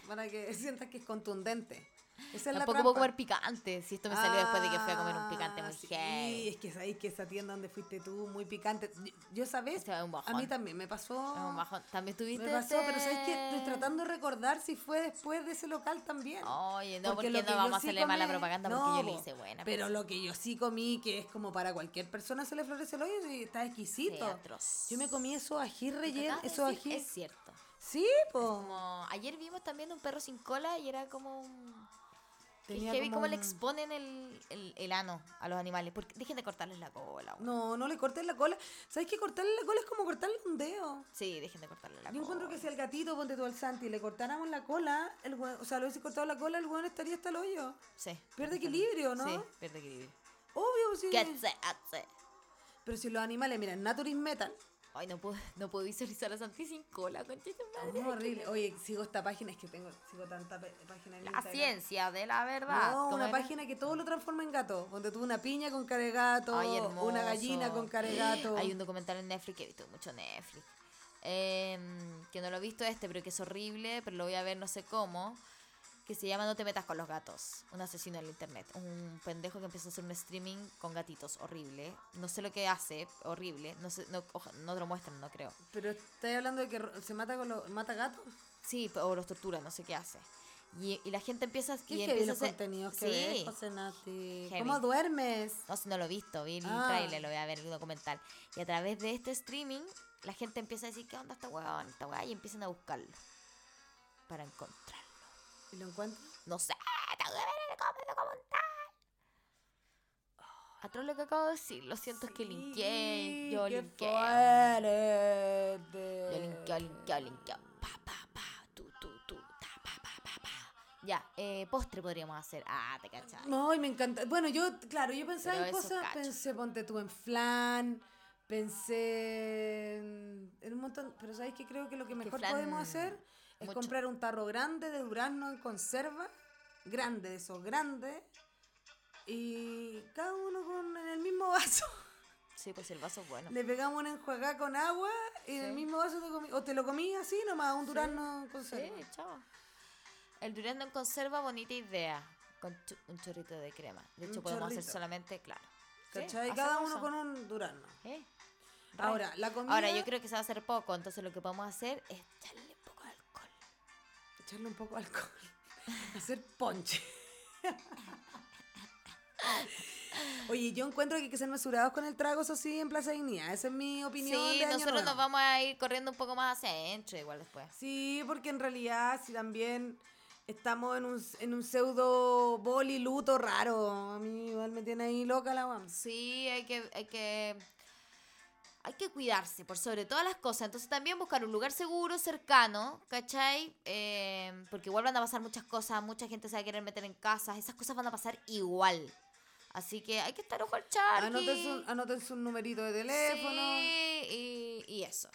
Speaker 2: para que sientas que es contundente. Esa es la
Speaker 1: Tampoco puedo
Speaker 2: trampa. Ah,
Speaker 1: comer picante. Si esto me salió después de que fui a comer un picante muy
Speaker 2: sí,
Speaker 1: heavy.
Speaker 2: es que sabéis que esa tienda donde fuiste tú, muy picante. Yo, yo, sabes,
Speaker 1: Este es un
Speaker 2: a
Speaker 1: bajón.
Speaker 2: mí también me pasó.
Speaker 1: Es un bajón. También
Speaker 2: Me
Speaker 1: tuviste.
Speaker 2: pasó, pero sabéis que estoy
Speaker 1: ese-
Speaker 2: tratando de recordar si fue después de ese local también.
Speaker 1: Oye, no, porque,
Speaker 2: lo que
Speaker 1: no
Speaker 2: yo
Speaker 1: vamos a
Speaker 2: sí
Speaker 1: hacerle mala
Speaker 2: comí-
Speaker 1: propaganda
Speaker 2: No,
Speaker 1: porque yo le
Speaker 2: po,
Speaker 1: hice buena. pues.
Speaker 2: Pero lo que yo sí comí, que es como para cualquier persona se le florece el hoyo, y está exquisito.
Speaker 1: atroz.
Speaker 2: Yo me comí esos ají rellenos,
Speaker 1: Acabas de
Speaker 2: esos
Speaker 1: decir,
Speaker 2: ají.
Speaker 1: Es cierto.
Speaker 2: Sí, po.
Speaker 1: Como ayer vimos también un perro sin cola y era como un. Qué
Speaker 2: Tenía
Speaker 1: heavy
Speaker 2: como
Speaker 1: cómo le
Speaker 2: un-
Speaker 1: exponen el, el, el ano a los animales. Porque dejen de cortarles la cola. weón.
Speaker 2: No, no le corté la cola. ¿Sabes que cortarle la cola es como cortarle un dedo?
Speaker 1: Sí, dejen de cortarle la
Speaker 2: Yo
Speaker 1: cola.
Speaker 2: encuentro que si al gatito, ponte tú al Santi, le cortáramos la cola, el hue- o sea, le hubiese cortado la cola, el hueón estaría hasta el hoyo.
Speaker 1: Sí.
Speaker 2: Pierde equilibrio, ¿no?
Speaker 1: Sí, pierde equilibrio.
Speaker 2: Obvio, pues, sí.
Speaker 1: ¿Qué hace? Hace.
Speaker 2: Pero si los animales, mira, Naturis Metal.
Speaker 1: Ay, no puedo, no puedo visualizar a Santi sin cola, conchita madre.
Speaker 2: Es horrible. Oye, sigo esta página, es que tengo, sigo tanta pe- página en
Speaker 1: La
Speaker 2: Instagram.
Speaker 1: ciencia de la verdad.
Speaker 2: No,
Speaker 1: ¿Cómo
Speaker 2: una
Speaker 1: era?
Speaker 2: página que todo lo transforma en gato. Donde tú una piña con cara de gato,
Speaker 1: Ay, hermoso.
Speaker 2: una gallina con cara de gato.
Speaker 1: Hay un documental en Netflix que he visto mucho Netflix. em, que no lo he visto este, pero que es horrible, pero lo voy a ver no sé cómo. Que se llama No te metas con los gatos. Un asesino en el internet. Un pendejo que empezó a hacer un streaming con gatitos. Horrible. No sé lo que hace. Horrible. No, sé, no, oja- no te lo muestran, no creo.
Speaker 2: Pero estás hablando de que ro- se mata con los. mata gatos.
Speaker 1: Sí, p- o los tortura, no sé qué hace. Y, y la gente empieza,
Speaker 2: ¿Qué
Speaker 1: y
Speaker 2: heavy
Speaker 1: empieza a
Speaker 2: los
Speaker 1: hacer-
Speaker 2: contenidos
Speaker 1: sí.
Speaker 2: que ves, José Nati?
Speaker 1: Heavy.
Speaker 2: ¿Cómo duermes?
Speaker 1: No, si no lo he visto, vi el
Speaker 2: Ah.
Speaker 1: trailer, lo voy a ver, el documental. Y a través de este streaming, la gente empieza a decir, ¿qué onda esta weón, esta weá? Y empiezan a buscarlo. Para encontrarlo.
Speaker 2: ¿Y lo encuentras?
Speaker 1: No sé, tengo que ver el docu- documental. Atrás lo que acabo de decir, lo siento, es que linké, yo
Speaker 2: qué
Speaker 1: linké.
Speaker 2: fuerte.
Speaker 1: Yo linké, linké, linké. Pa, pa, pa, tu, tu, tu, ta, pa, pa, pa, pa. Ya, eh, postre podríamos hacer. Ah, te cachai.
Speaker 2: Ay, me encanta. Bueno, yo, claro, yo pensaba
Speaker 1: Pero
Speaker 2: en
Speaker 1: eso
Speaker 2: cosas,
Speaker 1: cacho.
Speaker 2: pensé, ponte tú en flan, pensé en, en un montón, pero ¿sabes qué? Creo que lo que mejor
Speaker 1: flan,
Speaker 2: podemos hacer es
Speaker 1: mucho.
Speaker 2: comprar un tarro grande de durazno en conserva, grande de esos, grande, y cada uno con, en el mismo vaso.
Speaker 1: Sí, pues el vaso es bueno.
Speaker 2: Le pegamos una enjuagada con agua y en el
Speaker 1: Sí.
Speaker 2: mismo vaso te comí, o te lo comí así nomás, un durazno en
Speaker 1: Sí,
Speaker 2: conserva.
Speaker 1: chao. El durazno en conserva, bonita idea. Con chu- un chorrito de crema. De hecho,
Speaker 2: Un
Speaker 1: podemos hacer
Speaker 2: chorrito.
Speaker 1: solamente, claro. Sí,
Speaker 2: ¿Cachai? cada
Speaker 1: hacemos
Speaker 2: uno
Speaker 1: eso.
Speaker 2: con un durazno.
Speaker 1: Eh, re.
Speaker 2: Ahora, la comida...
Speaker 1: Ahora, yo creo que se va a hacer poco, entonces lo que podemos hacer es echarle un poco de alcohol.
Speaker 2: echarle un poco de alcohol, hacer ponche. Oye, yo encuentro que hay que ser mesurados con el trago, eso sí, en Plaza Dignidad. Esa es mi opinión.
Speaker 1: Sí,
Speaker 2: de año
Speaker 1: nosotros nos
Speaker 2: nuevo.
Speaker 1: vamos a ir corriendo un poco más hacia adentro, igual después.
Speaker 2: Sí, porque en realidad, si también estamos en un, en un pseudo boli luto raro, a mí igual me tiene ahí loca la WAMS.
Speaker 1: Sí, hay que, hay que. Hay que cuidarse por sobre todas las cosas. Entonces también buscar un lugar seguro, cercano, ¿cachai? Eh, porque igual van a pasar muchas cosas, mucha gente se va a querer meter en casas, esas cosas van a pasar igual. Así que hay que estar ojo al charqui.
Speaker 2: Anoten su, anoten su numerito de teléfono.
Speaker 1: Sí, y, y eso.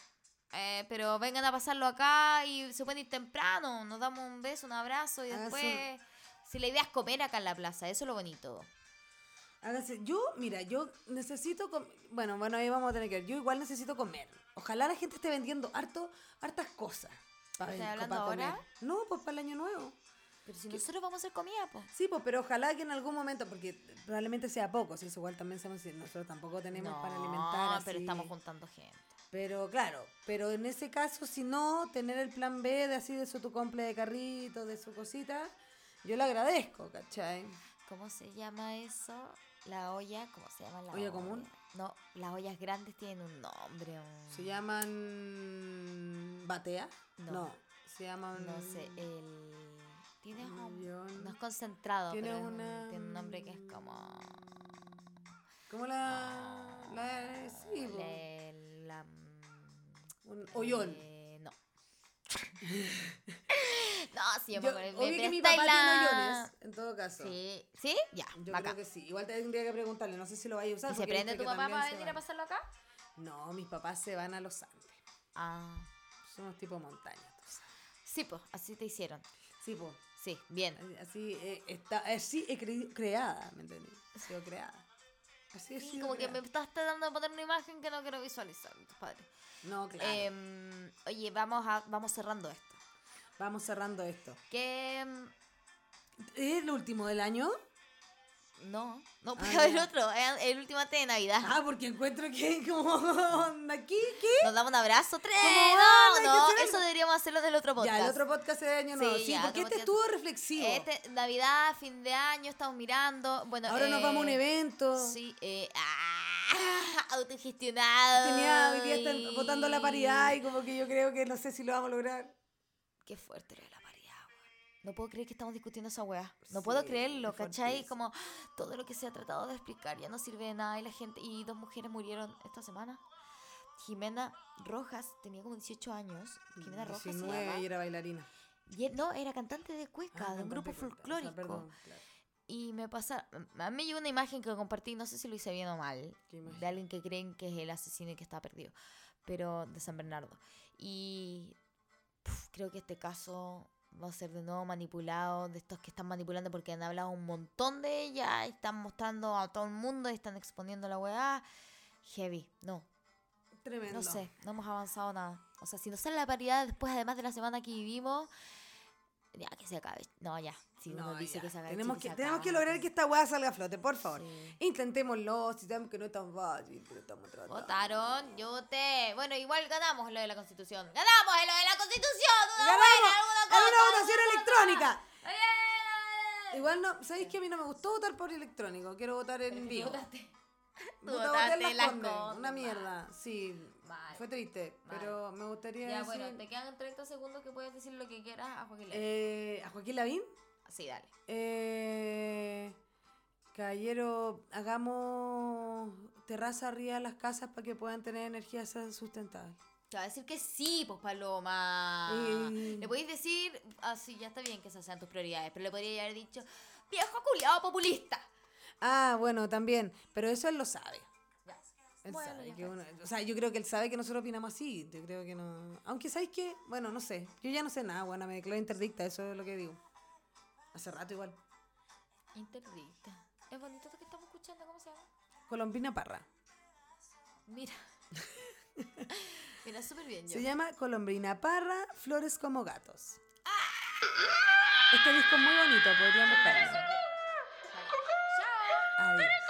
Speaker 1: Eh, pero vengan a pasarlo acá y se pueden ir temprano. Nos damos un beso, un abrazo y
Speaker 2: Ah, sí.
Speaker 1: después. Si la idea es comer acá en la plaza, eso es lo bonito.
Speaker 2: Háganse. Yo, mira, yo necesito. com- Bueno, bueno, ahí vamos a tener que ver. Yo igual necesito comer. Ojalá la gente esté vendiendo harto, hartas cosas. para
Speaker 1: ¿Estás hablando ahora?
Speaker 2: No, pues para el año nuevo.
Speaker 1: Pero si nosotros vamos a hacer comida, pues.
Speaker 2: Sí, pues, pero ojalá que en algún momento, porque probablemente sea poco, si eso igual también sabemos si nosotros tampoco tenemos para alimentar.
Speaker 1: No, pero
Speaker 2: así.
Speaker 1: estamos juntando gente.
Speaker 2: Pero claro, pero en ese caso, si no, tener el plan B de así, de su tu comple de carrito, de su cosita, yo le agradezco, ¿cachai?
Speaker 1: ¿Cómo se llama eso? La olla, ¿cómo se llama la
Speaker 2: ¿Olla común?
Speaker 1: No, las ollas grandes tienen un nombre. un-
Speaker 2: ¿Se llaman batea?
Speaker 1: No.
Speaker 2: se llaman...
Speaker 1: No sé, el. Tiene
Speaker 2: un
Speaker 1: un.
Speaker 2: avión.
Speaker 1: No es concentrado,
Speaker 2: Tiene
Speaker 1: pero es un-
Speaker 2: una,
Speaker 1: tiene un nombre que es
Speaker 2: mm,
Speaker 1: como. Ah.
Speaker 2: ¿Cómo la...? la sí, po.
Speaker 1: Le- la- mm,
Speaker 2: un hoyón.
Speaker 1: eh, no. no, sí, yo,
Speaker 2: Yo-
Speaker 1: me acuerdo. me
Speaker 2: obvio que mi papá
Speaker 1: prestáis la-
Speaker 2: tiene hoyones, en todo caso.
Speaker 1: Sí, ¿sí? Ya,
Speaker 2: Yo
Speaker 1: bacán.
Speaker 2: creo que sí. Igual tendría que preguntarle, no sé si lo vaya a usar.
Speaker 1: ¿Y se
Speaker 2: porque
Speaker 1: prende
Speaker 2: viste
Speaker 1: tu
Speaker 2: que
Speaker 1: papá
Speaker 2: también
Speaker 1: para
Speaker 2: se
Speaker 1: venir a
Speaker 2: van.
Speaker 1: pasarlo acá?
Speaker 2: No, mis papás se van a los Andes.
Speaker 1: Ah.
Speaker 2: Somos tipo montaña. tú sabes.
Speaker 1: Sí, pues, así te hicieron.
Speaker 2: Sí, po.
Speaker 1: Sí, bien.
Speaker 2: Así, eh, está, así he cre- creada, ¿me entendí? He sido creada. Así he
Speaker 1: Sí,
Speaker 2: sido
Speaker 1: como que me
Speaker 2: creada.
Speaker 1: estás tratando de poner una imagen que no quiero visualizar, tus padres.
Speaker 2: No, claro.
Speaker 1: Em, oye, vamos, a, vamos cerrando esto.
Speaker 2: Vamos cerrando esto.
Speaker 1: Que. em,
Speaker 2: ¿Es el último del año?
Speaker 1: No, no
Speaker 2: Ah,
Speaker 1: puede haber
Speaker 2: ya.
Speaker 1: otro. eh, El último antes de Navidad.
Speaker 2: Ah, porque encuentro que como onda aquí, ¿qué?
Speaker 1: Nos damos un abrazo. ¡Tres!
Speaker 2: Como, ah,
Speaker 1: No,
Speaker 2: hay que
Speaker 1: no,
Speaker 2: hacer
Speaker 1: eso deberíamos hacerlo del otro podcast.
Speaker 2: Ya, el otro podcast de año
Speaker 1: Sí,
Speaker 2: nuevo. Sí,
Speaker 1: ya,
Speaker 2: porque
Speaker 1: otro
Speaker 2: este
Speaker 1: podcast.
Speaker 2: estuvo reflexivo.
Speaker 1: Este, Navidad, fin de año, estamos mirando. Bueno,
Speaker 2: Ahora nos vamos a un
Speaker 1: eh,
Speaker 2: evento.
Speaker 1: Sí, eh, ah, autogestionado.
Speaker 2: Tenía, hoy día están
Speaker 1: y-
Speaker 2: votando la paridad y como que yo creo que no sé si lo vamos a lograr.
Speaker 1: Qué fuerte lo de la paridad, weón. No puedo creer que estamos discutiendo esa weá. No puedo
Speaker 2: Sí,
Speaker 1: creerlo,
Speaker 2: es
Speaker 1: ¿cachai?
Speaker 2: fuertísimo.
Speaker 1: Como todo lo que se ha tratado de explicar ya no sirve de nada y la gente. Y dos mujeres murieron esta semana. Jimena Rojas tenía como 18 años. Jimena Rojas se
Speaker 2: 19
Speaker 1: llama.
Speaker 2: Mm, y era bailarina.
Speaker 1: Y e- no, era cantante de cueca,
Speaker 2: Ah,
Speaker 1: de un
Speaker 2: cantante
Speaker 1: grupo
Speaker 2: de cueca. O sea,
Speaker 1: folclórico.
Speaker 2: perdón, claro.
Speaker 1: Y me pasa, a mí llegó una imagen que compartí, no sé si lo hice bien o mal,
Speaker 2: ¿Qué imagen?
Speaker 1: de alguien que creen que es el asesino y que está perdido, pero de San Bernardo. Y puf, creo que este caso va a ser de nuevo manipulado, de estos que están manipulando porque han hablado un montón de ella, están mostrando a todo el mundo y están exponiendo la weá. Heavy, no,
Speaker 2: Tremendo.
Speaker 1: no sé, no hemos avanzado nada. O sea, si nos sale la paridad después, además de la semana que vivimos, ya que se acabe. No, ya. Si uno
Speaker 2: No,
Speaker 1: dice
Speaker 2: ya.
Speaker 1: que se acabe,
Speaker 2: tenemos
Speaker 1: sí
Speaker 2: que,
Speaker 1: se
Speaker 2: tenemos que
Speaker 1: acabe.
Speaker 2: lograr que esta weá salga a flote, por favor.
Speaker 1: Sí.
Speaker 2: Intentémoslo, si sabemos que no es tan fácil, pero estamos tratando.
Speaker 1: Votaron, yo voté. Bueno, igual ganamos en lo de la constitución. ¡Ganamos en lo de la constitución! ¡Una
Speaker 2: ¡Ganamos!
Speaker 1: buena, alguna
Speaker 2: ¡Hay una
Speaker 1: cosa,
Speaker 2: votación
Speaker 1: alguna cosa!
Speaker 2: electrónica!
Speaker 1: Hay Eh.
Speaker 2: Igual no, ¿sabéis que a mí no me gustó votar por electrónico? Quiero votar
Speaker 1: Pero
Speaker 2: en
Speaker 1: es que tú
Speaker 2: vivo.
Speaker 1: votaste. Tú
Speaker 2: Voté- voté
Speaker 1: votaste
Speaker 2: en
Speaker 1: en Las
Speaker 2: las Condes,
Speaker 1: Condes,
Speaker 2: Una
Speaker 1: mal.
Speaker 2: mierda, sí.
Speaker 1: Mal.
Speaker 2: Fue triste,
Speaker 1: Mal.
Speaker 2: pero me gustaría
Speaker 1: Ya,
Speaker 2: decir...
Speaker 1: bueno, te quedan 30 segundos que puedes decir lo que quieras a Joaquín Lavín.
Speaker 2: eh, ¿A Joaquín Lavín?
Speaker 1: Sí, dale.
Speaker 2: Eh, caballero, hagamos terraza arriba de las casas para que puedan tener energía sustentable.
Speaker 1: Te va a decir que sí, pues Paloma.
Speaker 2: Y-
Speaker 1: Le podéis decir, así ya está bien que esas sean tus prioridades, pero le podría haber dicho, viejo culiado populista.
Speaker 2: Ah, bueno, también, pero eso él lo sabe.
Speaker 1: Ya.
Speaker 2: Él
Speaker 1: Bueno,
Speaker 2: sabe
Speaker 1: ya
Speaker 2: que
Speaker 1: cacho.
Speaker 2: uno- o sea, yo creo que él sabe que nosotros opinamos así. Yo creo que no. Aunque sabéis que, bueno, no sé. Yo ya no sé nada, bueno, me declaro interdicta, eso es lo que digo. Hace rato igual.
Speaker 1: Interdicta. Es bonito esto que estamos escuchando, ¿cómo se llama?
Speaker 2: Colombina Parra.
Speaker 1: Mira. Mira, súper bien yo.
Speaker 2: Se llama Colombrina Parra, Flores como Gatos.
Speaker 1: ¡Ah!
Speaker 2: Este disco es muy bonito, podrían buscarlo.
Speaker 1: Chao.
Speaker 2: Adiós.